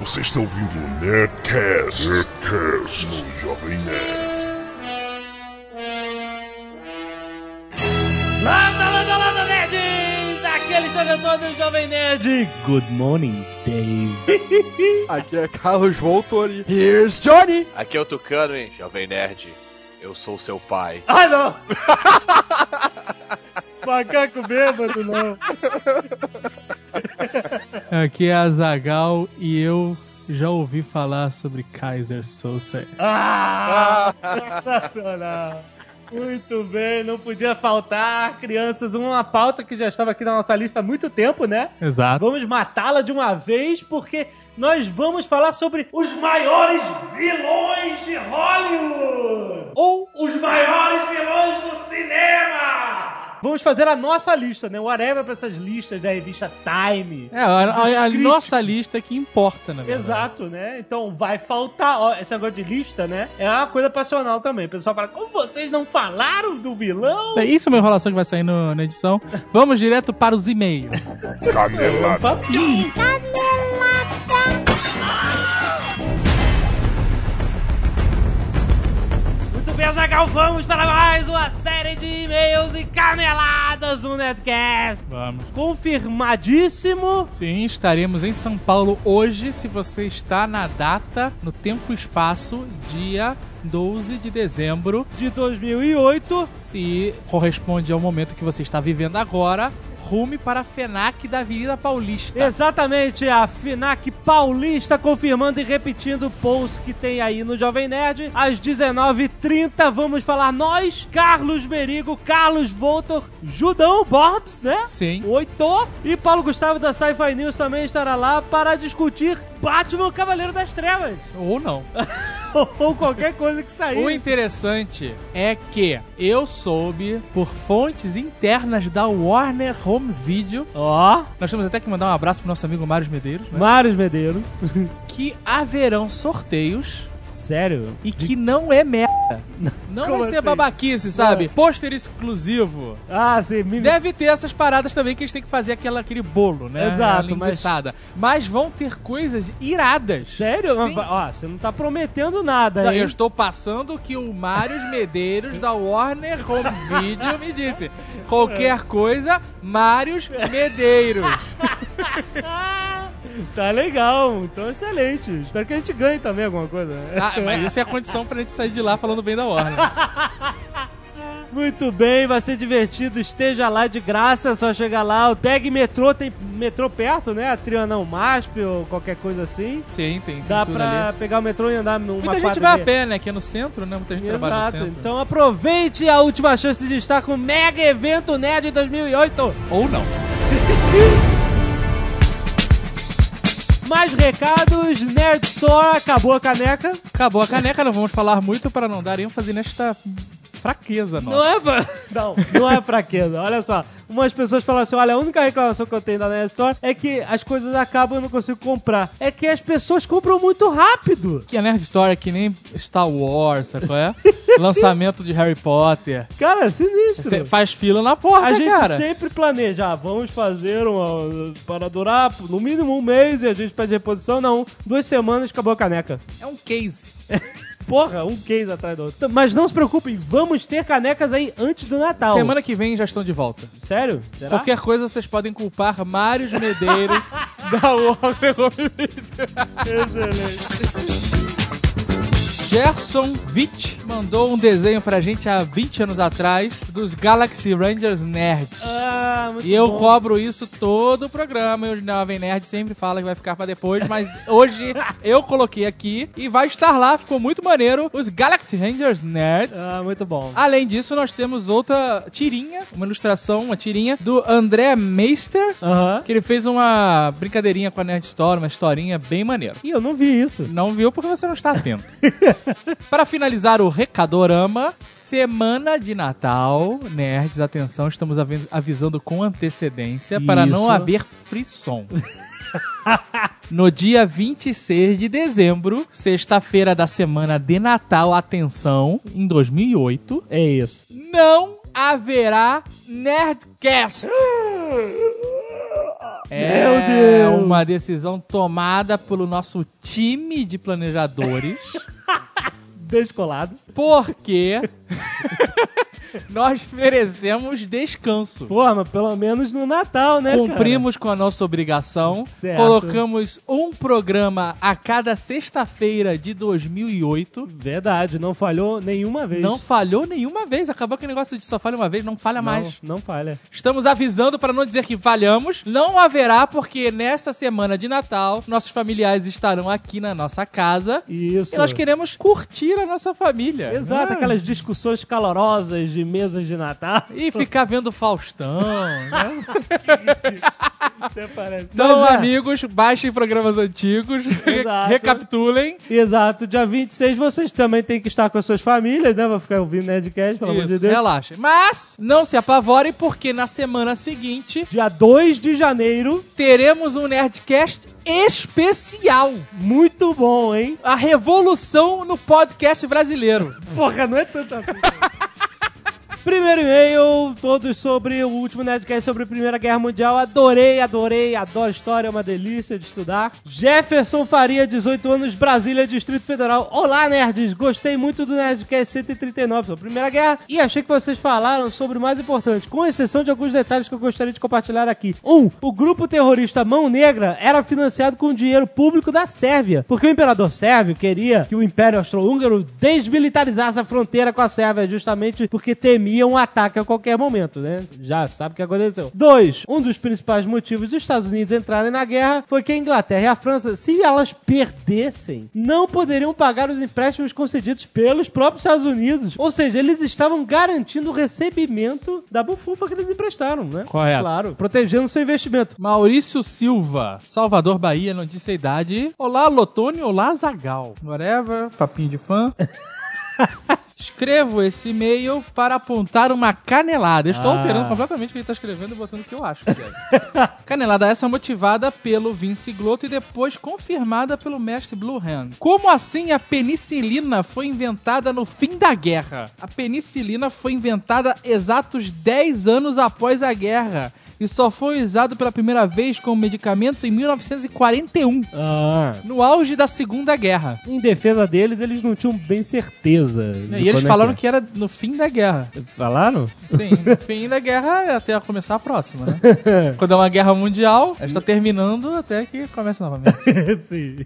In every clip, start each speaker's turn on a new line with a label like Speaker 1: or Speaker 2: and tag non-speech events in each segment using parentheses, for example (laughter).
Speaker 1: Você está ouvindo o Nerdcast, Nerdcast no Jovem Nerd.
Speaker 2: Landa, landa, landa, nerds! Aquele jogador do Jovem Nerd! Good morning, Dave!
Speaker 3: Aqui é Carlos Voltori. Here's Johnny!
Speaker 4: Aqui é o Tucano, hein? Jovem Nerd. Eu sou seu pai.
Speaker 2: Ah, não! (laughs) Macaco bêbado, né? não!
Speaker 5: Aqui é a Zagal e eu já ouvi falar sobre Kaiser Soze.
Speaker 2: Ah! Sensacional! Muito bem, não podia faltar, crianças, uma pauta que já estava aqui na nossa lista há muito tempo, né?
Speaker 5: Exato.
Speaker 2: Vamos matá-la de uma vez, porque nós vamos falar sobre os maiores vilões de Hollywood! Ou os maiores vilões do cinema! Vamos fazer a nossa lista, né? Whatever para essas listas da revista Time.
Speaker 5: É, a, a- a
Speaker 2: Dos
Speaker 5: nossa lista que importa, na verdade.
Speaker 2: Exato, né? Então vai faltar. Ó, esse negócio de lista, né? É uma coisa passional também. O pessoal fala, como vocês não falaram do vilão?
Speaker 5: É Isso é uma enrolação que vai sair no- na edição. Vamos direto para os e-mails.
Speaker 1: Canelada.
Speaker 5: Papinho.
Speaker 2: Muito bem, Azagal, vamos para mais uma série de e-mails e caneladas no Netcast.
Speaker 5: Vamos.
Speaker 2: Confirmadíssimo.
Speaker 5: Sim, estaremos em São Paulo hoje, se você está na data, no tempo e espaço, dia 12 de dezembro,
Speaker 2: De 2008,
Speaker 5: se corresponde ao momento que você está vivendo agora, rume para a FENAC da Avenida Paulista.
Speaker 2: exatamente a FINAC Paulista confirmando e repetindo o post que tem aí no Jovem Nerd. Às 19h30, vamos falar nós, Carlos Merigo, Carlos Voltor, Judão Borbs, né?
Speaker 5: Sim.
Speaker 2: Oito! E Paulo Gustavo da Sci-Fi News também estará lá para discutir Batman Cavaleiro das Trevas. (laughs)
Speaker 5: Ou não.
Speaker 2: ou qualquer coisa que sair.
Speaker 5: O interessante é que eu soube por fontes internas da Warner Home Video.
Speaker 2: Ó,
Speaker 5: Nós temos até que mandar um abraço pro nosso amigo Mário Medeiros, né?
Speaker 2: Mário Medeiros.
Speaker 5: Que haverão sorteios
Speaker 2: Sério?
Speaker 5: e que não é
Speaker 2: (laughs)
Speaker 5: merda. Não
Speaker 2: Como
Speaker 5: vai ser
Speaker 2: assim?
Speaker 5: babaquice, sabe? Pôster exclusivo.
Speaker 2: Ah, sim, mini...
Speaker 5: Deve ter essas paradas também que eles têm que fazer aquela, aquele bolo, né?
Speaker 2: Exato,
Speaker 5: A linguiçada. Mas vão ter coisas iradas.
Speaker 2: Sério?
Speaker 5: Sim.
Speaker 2: Mas, Ó, você não tá prometendo nada,
Speaker 5: Não,
Speaker 2: hein?
Speaker 5: eu estou passando o que o Mário Medeiros da Warner Home Video me disse. Qualquer coisa, Mário Medeiros.
Speaker 2: Ah, (laughs) tá legal, então excelente. Espero que a gente ganhe também alguma coisa. né?
Speaker 5: Ah, mas isso é a condição pra gente sair de lá falando bem da Warner.
Speaker 2: Muito bem, vai ser divertido. Esteja lá de graça, é só chegar lá. O Tag Metrô tem metrô perto, né? A Trianão Masp ou qualquer coisa assim.
Speaker 5: Sim, tem, tem
Speaker 2: Dá
Speaker 5: tudo
Speaker 2: pra
Speaker 5: ali.
Speaker 2: pegar o metrô e andar uma
Speaker 5: Muita gente
Speaker 2: quadra
Speaker 5: vai
Speaker 2: ali.
Speaker 5: a pé, né? Que é no centro, né? Muita gente trabalha no
Speaker 2: Exato.
Speaker 5: centro.
Speaker 2: Então aproveite a última chance de estar com o Mega Evento Nerd 2008.
Speaker 5: Ou não.
Speaker 2: Mais recados, Nerd Store, acabou a caneca.
Speaker 5: Acabou a caneca, não vamos falar muito para não dar ênfase nesta fraqueza nossa.
Speaker 2: Não é, fra- não, não é fraqueza. Olha só, umas pessoas falam assim, olha, a única reclamação que eu tenho da Nerd Store é que as coisas acabam e eu não consigo comprar. É que as pessoas compram muito rápido.
Speaker 5: Que a Nerd Story é que nem Star Wars,
Speaker 2: (laughs)
Speaker 5: sabe qual é? Lançamento de Harry Potter.
Speaker 2: Cara, é sinistro.
Speaker 5: Cê faz fila na porta,
Speaker 2: A gente
Speaker 5: cara.
Speaker 2: sempre planeja, ah, vamos fazer uma. para durar no mínimo um mês e a gente pede reposição. Não, duas semanas acabou a caneca.
Speaker 5: É um case.
Speaker 2: Porra, um case atrás do outro. Então, Mas não se preocupem, vamos ter canecas aí antes do Natal.
Speaker 5: Semana que vem já estão de volta.
Speaker 2: Sério? Será?
Speaker 5: Qualquer coisa vocês podem culpar Mário
Speaker 2: (laughs)
Speaker 5: Medeiros da Warner Home Video.
Speaker 2: Excelente.
Speaker 5: Gerson Witt mandou um desenho pra gente há 20 anos atrás dos Galaxy Rangers Nerds.
Speaker 2: Ah, muito
Speaker 5: E eu
Speaker 2: bom.
Speaker 5: cobro isso todo o programa. E o Jovem Nerd sempre fala que vai ficar pra depois, mas hoje eu coloquei aqui e vai estar lá. Ficou muito maneiro. Os Galaxy Rangers Nerds.
Speaker 2: Ah, muito bom.
Speaker 5: Além disso, nós temos outra tirinha, uma ilustração, uma tirinha do André Meister,
Speaker 2: Aham.
Speaker 5: que ele fez uma brincadeirinha com a Nerd Store, uma historinha bem maneira.
Speaker 2: Ih, eu não vi isso.
Speaker 5: Não viu porque você não está atento. Para finalizar o Recadorama, semana de Natal, nerds, atenção, estamos avi- avisando com antecedência para não
Speaker 2: Isso.
Speaker 5: haver frisson. (laughs) No dia 26 de dezembro, sexta-feira da semana de Natal, atenção, em 2008,
Speaker 2: É isso. (gasps)
Speaker 5: não haverá Nerdcast. É
Speaker 2: Meu Deus!
Speaker 5: uma decisão tomada pelo nosso time de planejadores, (laughs)
Speaker 2: Descolados.
Speaker 5: porque (laughs) nós merecemos descanso.
Speaker 2: Porra, mas pelo menos no Natal, né? cara?
Speaker 5: Cumprimos com a nossa obrigação,
Speaker 2: Certo.
Speaker 5: colocamos um programa a cada sexta-feira de 2008.
Speaker 2: Verdade, não falhou nenhuma vez.
Speaker 5: Não falhou nenhuma vez, acabou que o negócio de só falha uma vez, não falha mais.
Speaker 2: Não, não falha.
Speaker 5: Estamos avisando para não dizer que falhamos. Não haverá, porque nessa semana de Natal, nossos familiares estarão aqui na nossa casa.
Speaker 2: Isso.
Speaker 5: E nós queremos curtir a nossa família.
Speaker 2: Exato,
Speaker 5: Ah.
Speaker 2: aquelas discussões calorosas de mesas de Natal.
Speaker 5: E ficar vendo Faustão. né?
Speaker 2: Até parece.
Speaker 5: (laughs) Então,
Speaker 2: Mas é.
Speaker 5: amigos, baixem programas antigos, re-
Speaker 2: Exato.
Speaker 5: recapitulem.
Speaker 2: Exato, dia 26 vocês também têm que estar com as suas famílias, né? Vai ficar ouvindo Nerdcast, pelo amor de
Speaker 5: Isso,
Speaker 2: Deus.
Speaker 5: relaxem. Mas não se apavorem, porque na semana seguinte
Speaker 2: Dia 2 de janeiro,
Speaker 5: teremos um Nerdcast especial.
Speaker 2: muito bom, hein?
Speaker 5: A revolução no podcast brasileiro.
Speaker 2: Porra, não é tanto assim. cara. (laughs) Primeiro e-mail, todos sobre o último Nerdcast sobre a Primeira Guerra Mundial. Adorei, adorei, adoro história, é uma delícia de estudar. Jefferson Faria, 18 anos, Brasília, Distrito Federal. Olá, nerds! Gostei muito do Nerdcast 139 sobre a Primeira Guerra e achei que vocês falaram sobre o mais importante, com exceção de alguns detalhes que eu gostaria de compartilhar aqui. Um, o grupo terrorista Mão Negra era financiado com dinheiro público da Sérvia, porque o imperador sérvio queria que o Império Austro-Húngaro desmilitarizasse a fronteira com a Sérvia, justamente porque temia um ataque a qualquer momento, né? Já sabe o que aconteceu. Dois, um dos principais motivos dos Estados Unidos entrarem na guerra foi que a Inglaterra e a França, se elas perdessem, não poderiam pagar os empréstimos concedidos pelos próprios Estados Unidos. Ou seja, eles estavam garantindo o recebimento da bufufa que eles emprestaram, né?
Speaker 5: Correto.
Speaker 2: Claro, protegendo seu investimento.
Speaker 5: Maurício Silva, Salvador Bahia, não disse a idade. Olá, Lotone, olá, Zagal. Whatever, papinho de fã. Escrevo esse e-mail para apontar uma canelada. Eu Estou
Speaker 2: Ah.
Speaker 5: alterando completamente o que ele está escrevendo e botando o que eu acho. velho. (laughs) canelada essa motivada pelo Vince Glotto e depois confirmada pelo mestre Blue Hand. Como assim a penicilina foi inventada no fim da guerra? A penicilina foi inventada exatos 10 anos após a guerra e só foi usado pela primeira vez como medicamento em 1941,
Speaker 2: Ah.
Speaker 5: no auge da Segunda Guerra.
Speaker 2: Em defesa deles, eles não tinham bem certeza. é
Speaker 5: E eles falaram que era no fim da guerra.
Speaker 2: que. Falaram?
Speaker 5: Sim, no fim da guerra é até começar a próxima, né? Quando é uma guerra mundial, está terminando até que começa
Speaker 2: (laughs)
Speaker 5: novamente.
Speaker 2: (laughs) Sim.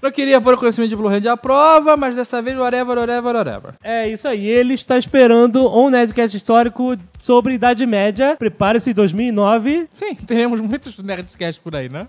Speaker 5: Eu queria pôr o conhecimento de Blue Hand à prova, mas dessa vez, whatever, whatever, whatever.
Speaker 2: É isso aí, ele está esperando um Nerdcast histórico sobre Idade Média. Prepare-se, 2009.
Speaker 5: Sim, teremos muitos Nerdcast por aí, né?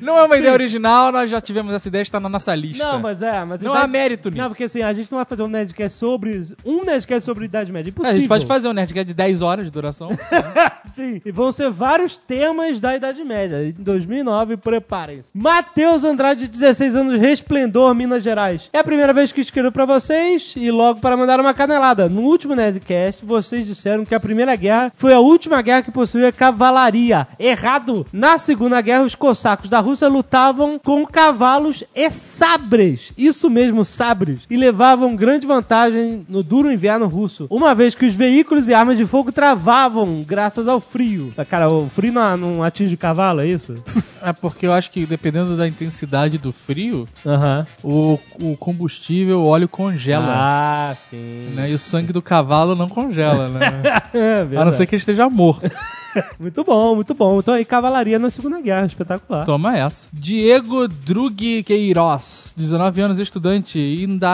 Speaker 5: Não é uma ideia original, nós já tivemos essa ideia, está na nossa lista.
Speaker 2: Não, mas é, mas
Speaker 5: Não há mérito nisso.
Speaker 2: Não, porque assim, a gente não vai fazer um Nerdcast sobre. Um Nerdcast sobre Idade Média.
Speaker 5: É,
Speaker 2: Impossível.
Speaker 5: a gente pode fazer um Nerdcast de 10 horas de duração.
Speaker 2: (laughs) Sim. E vão ser vários temas da Idade Média. Em 2009, preparem-se. Matheus Andrade, 16 anos, Resplendor, Minas Gerais. É a primeira vez que escrevo pra vocês e logo para mandar uma canelada. No último Nerdcast, vocês disseram que a Primeira Guerra foi a última guerra que possuía cavalaria. Errado! Na Segunda Guerra, os cossacos da Rússia lutavam com cavalos e sabres. Isso mesmo, sabres. E levavam grande vantagem no duro inverno russo. Uma vez que os veículos e armas de fogo travavam graças ao frio. Ah, Cara, o frio não, não atinge o cavalo, é
Speaker 5: (laughs)
Speaker 2: isso?
Speaker 5: É porque eu acho que dependendo da intensidade do frio,
Speaker 2: Aham.
Speaker 5: o, o combustível, o óleo congela.
Speaker 2: Ah, sim.
Speaker 5: Né? E o sangue do cavalo não
Speaker 2: (laughs)
Speaker 5: congela, né?
Speaker 2: É,
Speaker 5: A não ser que ele esteja morto.
Speaker 2: Muito bom, muito bom. Então aí, cavalaria na Segunda Guerra, espetacular.
Speaker 5: Toma essa. Diego Drug Queiroz, 19 anos, estudante,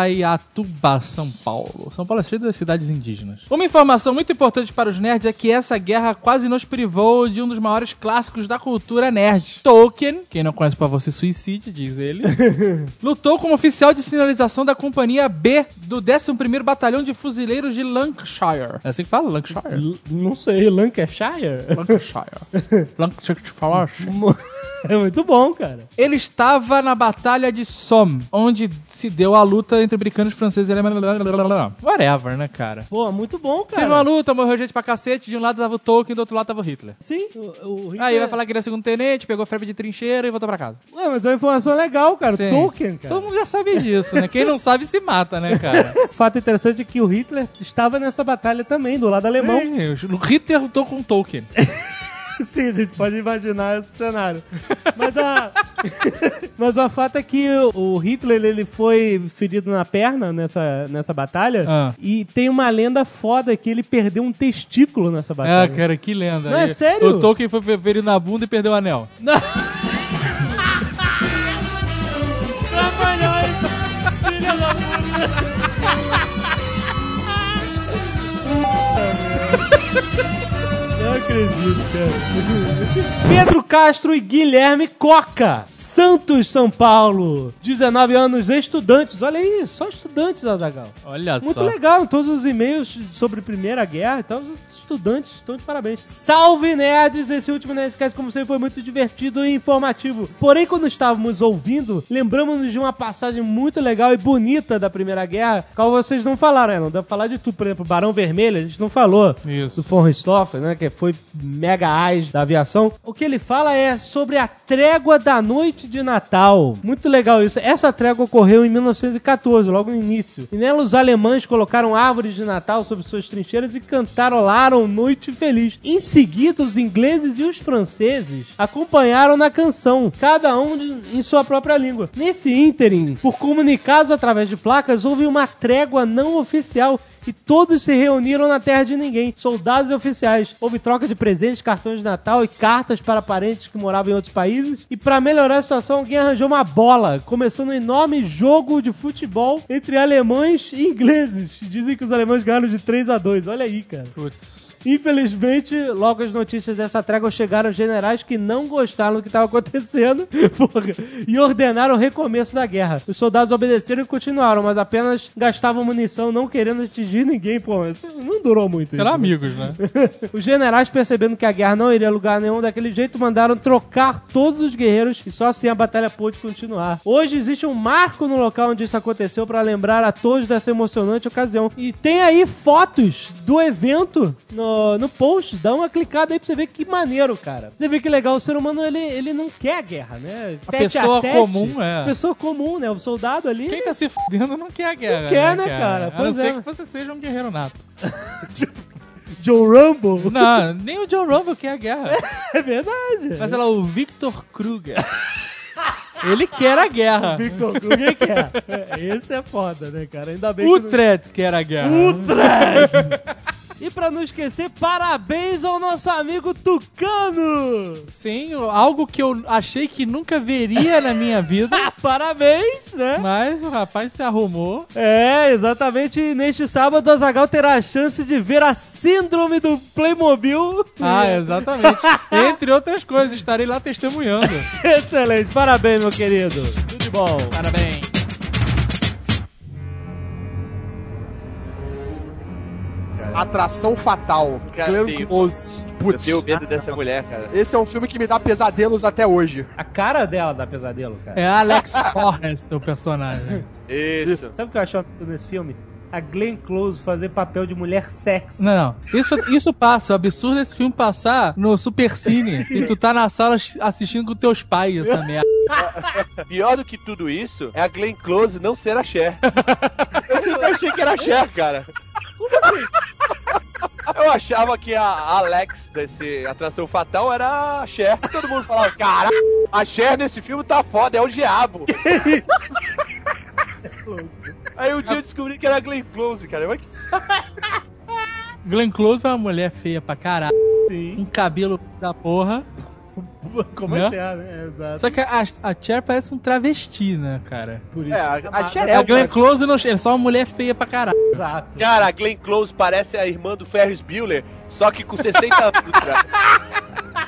Speaker 5: Indaiatuba, São Paulo. São Paulo é cheio das cidades indígenas. Uma informação muito importante para os nerds é que essa guerra quase nos privou de um dos maiores clássicos da cultura nerd. Tolkien, quem não conhece para você suicide, diz (laughs) ele, lutou como oficial de sinalização da Companhia B do 11º Batalhão de Fuzileiros de Lancashire. É assim que fala? Lancashire?
Speaker 2: L- não sei,
Speaker 5: (laughs)
Speaker 2: Lancashire?
Speaker 5: Lancashire. Lancashire.
Speaker 2: é muito bom, cara.
Speaker 5: Ele estava na Batalha de Somme, onde se deu a luta entre britânicos, franceses é e alemães. Whatever, né, cara?
Speaker 2: Pô, muito bom, cara.
Speaker 5: Teve uma luta, morreu gente pra cacete. De um lado tava o Tolkien, do outro lado tava o Hitler.
Speaker 2: Sim, o, o Hitler-
Speaker 5: Aí vai falar que ele é segundo tenente, pegou febre de trincheira e voltou pra casa.
Speaker 2: Ué, mas é uma informação legal, cara.
Speaker 5: Sim.
Speaker 2: Tolkien, cara.
Speaker 5: Todo mundo já sabe disso, né? Quem não sabe se mata, né, (laughs) cara?
Speaker 2: Fato interessante é que o
Speaker 5: É
Speaker 2: Hitler estava nessa batalha também, do lado alemão.
Speaker 5: Sim, o Hitler lutou com o Tolkien.
Speaker 2: Sim, Sim, a gente pode imaginar esse cenário. Mas a. (laughs) Mas o fato é que o Hitler ele foi ferido na perna nessa, nessa batalha.
Speaker 5: Ah.
Speaker 2: E tem uma lenda foda que ele perdeu um testículo nessa
Speaker 5: É,
Speaker 2: batalha.
Speaker 5: cara, que lenda.
Speaker 2: Não, é
Speaker 5: E
Speaker 2: sério?
Speaker 5: O Tolkien foi ferido na bunda e perdeu o anel.
Speaker 2: Não acredito, cara. Pedro Castro e Guilherme Coca. Santos, São Paulo. 19 anos, estudantes. Olha aí, só estudantes, Azagal.
Speaker 5: Olha
Speaker 2: Muito
Speaker 5: só.
Speaker 2: legal, todos os e-mails sobre Primeira Guerra e tal. Os estudantes estão de parabéns. Salve, nerds! Esse último Nerdcast, como sempre, foi muito divertido e informativo. Porém, quando estávamos ouvindo, lembramos-nos de uma passagem muito legal e bonita da Primeira Guerra, qual vocês não falaram, né? Não dá pra falar de tudo. Por exemplo, Barão Vermelho, a gente não falou.
Speaker 5: Isso.
Speaker 2: Do von Richthofen, né? Que foi mega as da aviação. O que ele fala é sobre a trégua da noite de Natal. Muito legal isso. Essa trégua ocorreu em 1914, logo no início. E nela os alemães colocaram árvores de Natal sobre suas trincheiras e cantarolaram Noite Feliz. Em seguida, os ingleses e os franceses acompanharam na canção, cada um de- em sua própria língua. Nesse ínterim, por comunicados através de placas, houve uma trégua não oficial e todos se reuniram na terra de ninguém, soldados e oficiais. Houve troca de presentes, cartões de Natal e cartas para parentes que moravam em outros países. E para melhorar a situação, alguém arranjou uma bola, começando um enorme jogo de futebol entre alemães e ingleses. Dizem que os alemães ganharam de 3 a 2. Olha aí, cara.
Speaker 5: Putz.
Speaker 2: Infelizmente, logo as notícias dessa trégua chegaram aos generais que não gostaram do que estava acontecendo (laughs) porra, e ordenaram o recomeço da guerra. Os soldados obedeceram e continuaram, mas apenas gastavam munição não querendo atingir ninguém, pô. Isso não durou muito
Speaker 5: Eram
Speaker 2: isso.
Speaker 5: amigos, né?
Speaker 2: Os generais, percebendo que a guerra não iria a lugar nenhum daquele jeito, mandaram trocar todos os guerreiros e só assim a batalha pôde continuar. Hoje existe um marco no local onde isso aconteceu para lembrar a todos dessa emocionante ocasião. E tem aí fotos do evento no, no post. Dá uma clicada aí pra você ver que maneiro, cara. Você vê que legal, o ser humano ele, ele não quer a guerra, né?
Speaker 5: A pessoa comum, é.
Speaker 2: A pessoa comum, né? O soldado ali.
Speaker 5: Quem tá se fudendo não quer a guerra.
Speaker 2: Não quer, né, cara?
Speaker 5: a não
Speaker 2: Pois
Speaker 5: ser
Speaker 2: é.
Speaker 5: que você seja um guerreiro nato.
Speaker 2: John Rumble? (laughs)
Speaker 5: Não, nem o John Rumble quer a guerra.
Speaker 2: É verdade.
Speaker 5: Mas olha lá, o Victor Kruger. Ele quer a guerra.
Speaker 2: Ficou, ninguém quer. É, Esse é foda, né, cara? Ainda bem que.
Speaker 5: O
Speaker 2: não-
Speaker 5: Tret quer a guerra.
Speaker 2: E pra não esquecer, parabéns ao nosso amigo Tucano!
Speaker 5: Sim, algo que eu achei que nunca veria na minha vida.
Speaker 2: Ah, Parabéns, né?
Speaker 5: Mas o rapaz se arrumou.
Speaker 2: É, exatamente. E neste sábado, a Zagal terá a chance de ver a síndrome do Playmobil.
Speaker 5: Ah,
Speaker 2: É.
Speaker 5: exatamente. Entre outras coisas, estarei lá testemunhando.
Speaker 2: (laughs) Excelente. Parabéns, meu querido. Tudo de bom.
Speaker 5: Parabéns.
Speaker 3: Atração Fatal.
Speaker 4: Cara,
Speaker 3: Glenn
Speaker 4: tem-
Speaker 3: Close.
Speaker 4: Eu
Speaker 3: Putz.
Speaker 4: tenho medo dessa mulher, cara.
Speaker 3: Esse é um filme que me dá pesadelos até hoje.
Speaker 2: A cara dela dá pesadelo, cara.
Speaker 5: É Alex Forrest, o personagem.
Speaker 4: Isso.
Speaker 2: Sabe o que eu acho absurdo nesse filme? A Glenn Close fazer papel de mulher sexy.
Speaker 5: Não, não. Isso, isso passa. O absurdo é esse filme passar no Supercine e tu tá na sala assistindo com teus pais essa merda.
Speaker 4: Pior do que tudo isso é a Glenn Close não ser a Cher. (laughs) Eu achei que era a Cher, cara. assim? Eu achava que a Alex desse Atração Fatal era a Cher. Todo mundo falava, caralho, a Cher nesse filme tá foda, é o diabo. Aí um dia eu descobri que era a Glenn Close, cara. Mas que
Speaker 5: Glenn Close é uma mulher feia pra caralho.
Speaker 2: Sim.
Speaker 5: Um cabelo da porra.
Speaker 2: Como
Speaker 5: Né?
Speaker 2: é que é, né? Exato.
Speaker 5: Só que a, a Cher parece um travesti, né, cara?
Speaker 2: Por
Speaker 3: É,
Speaker 2: isso.
Speaker 3: a, a Cher é
Speaker 5: A Glenn
Speaker 3: uma-
Speaker 5: Close não, é só uma mulher feia pra caralho.
Speaker 2: Exato.
Speaker 4: Cara, a Glenn Close parece a irmã do Ferris Bueller, só que com 60 (laughs) anos, cara.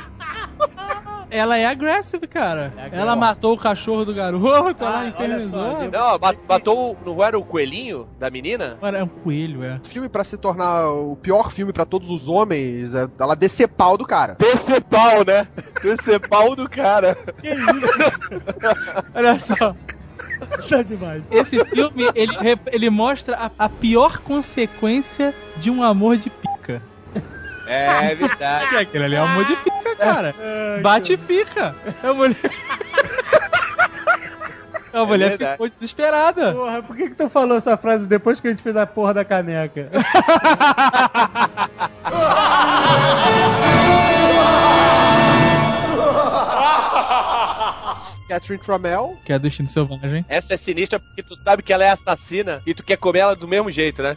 Speaker 5: Ela é aggressiva, cara.
Speaker 2: É agressiva.
Speaker 5: ela matou o cachorro do garoto,
Speaker 2: Ah,
Speaker 5: ela
Speaker 2: olha
Speaker 5: infernizou.
Speaker 2: só, de-
Speaker 4: Não, bat- matou, o- não era o coelhinho da menina?
Speaker 5: Agora é um coelho, é.
Speaker 3: filme pra se tornar o pior filme pra todos os homens, é ela descer pau do cara.
Speaker 4: Descer pau, né? Descer pau do cara.
Speaker 2: Que isso?
Speaker 5: Olha só.
Speaker 2: Tá demais.
Speaker 5: Esse filme, ele, rep- ele mostra a, a pior consequência de um amor de pica.
Speaker 4: É verdade.
Speaker 5: Que é aquele ali é um amor de pica, cara.
Speaker 2: Ai,
Speaker 5: Bate e fica. A mulher... A mulher
Speaker 4: verdade.
Speaker 5: ficou desesperada.
Speaker 2: Porra, por que que tu falou essa frase depois que a gente fez a porra da
Speaker 5: (laughs)
Speaker 2: caneca?
Speaker 3: Catherine Tramell.
Speaker 5: Que é Destino Selvagem.
Speaker 4: Essa é sinistra porque tu sabe que ela é assassina e tu quer comer ela do mesmo jeito, (laughs) né?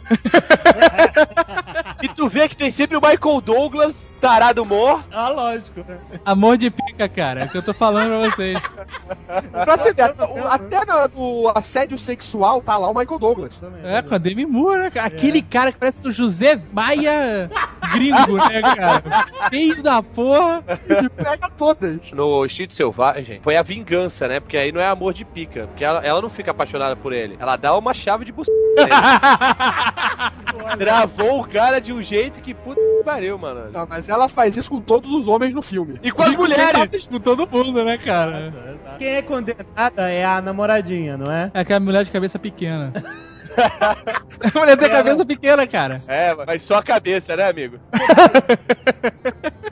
Speaker 4: e tu vê que tem sempre o Michael Douglas, tarado mor.
Speaker 2: Ah, lógico. né?
Speaker 5: Amor de pica, cara. É o que eu tô falando pra vocês.
Speaker 3: Pra você ver, o- até na- no assédio sexual tá lá o Michael Douglas.
Speaker 5: É, com a Demi Moore, né? cara? Aquele cara que parece o José Maia gringo, né, cara? Feio da porra.
Speaker 3: E pega todas.
Speaker 4: No Instinto Selvagem, foi a vingança, né? Porque aí não é amor de pica. Porque ela, ela não fica apaixonada por ele. Ela dá uma chave de buceta. (laughs) nele. Travou o cara de um jeito que puta que pariu, mano.
Speaker 3: Não, mas ela faz isso com todos os homens no filme.
Speaker 4: E com as mulheres!
Speaker 5: Com todo mundo, né, cara?
Speaker 2: Quem é condenada é a namoradinha, não é?
Speaker 5: É aquela mulher de cabeça pequena. É A mulher tem cabeça pequena, cara.
Speaker 4: É, mas só a cabeça, né, amigo?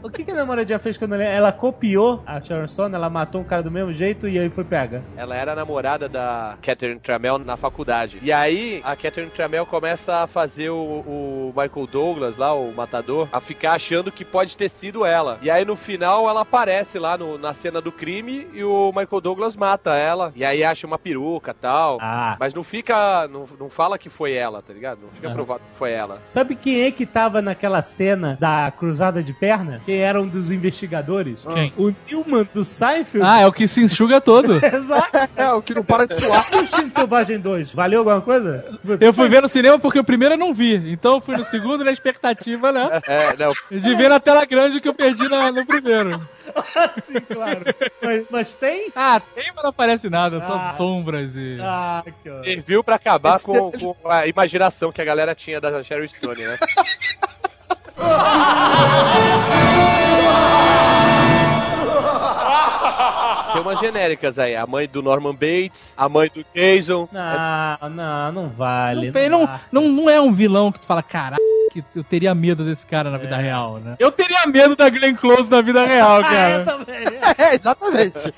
Speaker 2: O que, que a namoradinha fez quando ela- ela copiou a Sharon Stone? Ela matou um cara do mesmo jeito e aí foi pega.
Speaker 4: Ela era namorada da Catherine Tramell na faculdade. E aí, a Catherine Tramell começa a fazer o, o Michael Douglas, lá, o matador, a ficar achando que pode ter sido ela. E aí, no final, ela aparece lá no- na cena do crime e o Michael Douglas mata ela. E aí, acha uma peruca tal.
Speaker 2: Ah.
Speaker 4: Mas não fica. Não, não fala que foi ela, tá ligado? Não fica provado que foi ela.
Speaker 2: Sabe quem é que tava naquela cena da cruzada de perna? Quem era um dos investigadores?
Speaker 5: Quem?
Speaker 2: O Newman do Seinfeld.
Speaker 5: Ah, é o que se enxuga todo.
Speaker 2: (laughs) Exato.
Speaker 3: É, o que não para de suar. (laughs)
Speaker 2: Instinto Selvagem 2. Valeu alguma coisa?
Speaker 5: Eu fui ver no cinema porque o primeiro eu não vi. Então eu fui no segundo na expectativa, né?
Speaker 4: É, não.
Speaker 5: De ver na tela grande o que eu perdi na- no primeiro.
Speaker 2: Sim,
Speaker 5: (laughs)
Speaker 2: claro. Mas, mas tem?
Speaker 5: Ah, tem, mas não aparece nada. Só
Speaker 2: Ah.
Speaker 5: sombras e...
Speaker 2: Ah, que ó.
Speaker 4: Serviu pra acabar com, com a imaginação que a galera tinha da Sheryl Stone, né? Tem umas genéricas aí. A mãe do Norman Bates, a mãe do Jason.
Speaker 2: Não, não, não vale.
Speaker 5: Não, fe- não,
Speaker 2: dá.
Speaker 5: não, não é um vilão que tu fala, caralho, que eu teria medo desse cara na
Speaker 2: É.
Speaker 5: vida real, né? Eu teria medo da Glenn Close na
Speaker 2: (laughs)
Speaker 5: vida real,
Speaker 2: Ah, eu
Speaker 5: cara.
Speaker 2: também.
Speaker 3: É, exatamente.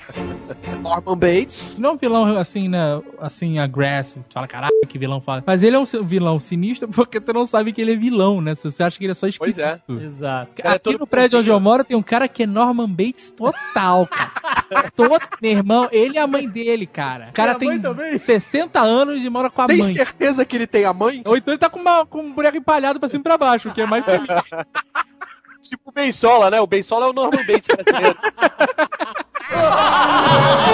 Speaker 3: Norman Bates.
Speaker 5: Tu Não é um vilão assim, né? Assim, agressivo. Tu fala, caralho, que vilão fala. Mas ele é um si- vilão sinistro porque tu não sabe que ele é vilão, né? Você acha que ele é só
Speaker 4: Pois é.
Speaker 2: (laughs)
Speaker 5: esquisito.
Speaker 2: Exato.
Speaker 4: cara é
Speaker 5: Aqui
Speaker 4: todo
Speaker 5: no prédio onde eu
Speaker 4: fofinho.
Speaker 5: moro tem um cara que é Norman Bates total, cara. (laughs) Todo, meu irmão, ele e a mãe dele, cara. O cara
Speaker 2: Tem a mãe
Speaker 5: tem
Speaker 2: também?
Speaker 5: 60 anos e mora com a
Speaker 3: Tem
Speaker 5: mãe.
Speaker 3: certeza que ele tem a mãe?
Speaker 5: Ou então ele tá com, uma- com um boneco empalhado pra cima e pra baixo, o que é mais sinistro. (laughs)
Speaker 4: Tipo o Bensola, né? O Bensola é o Norman Bates brasileiro. Ah.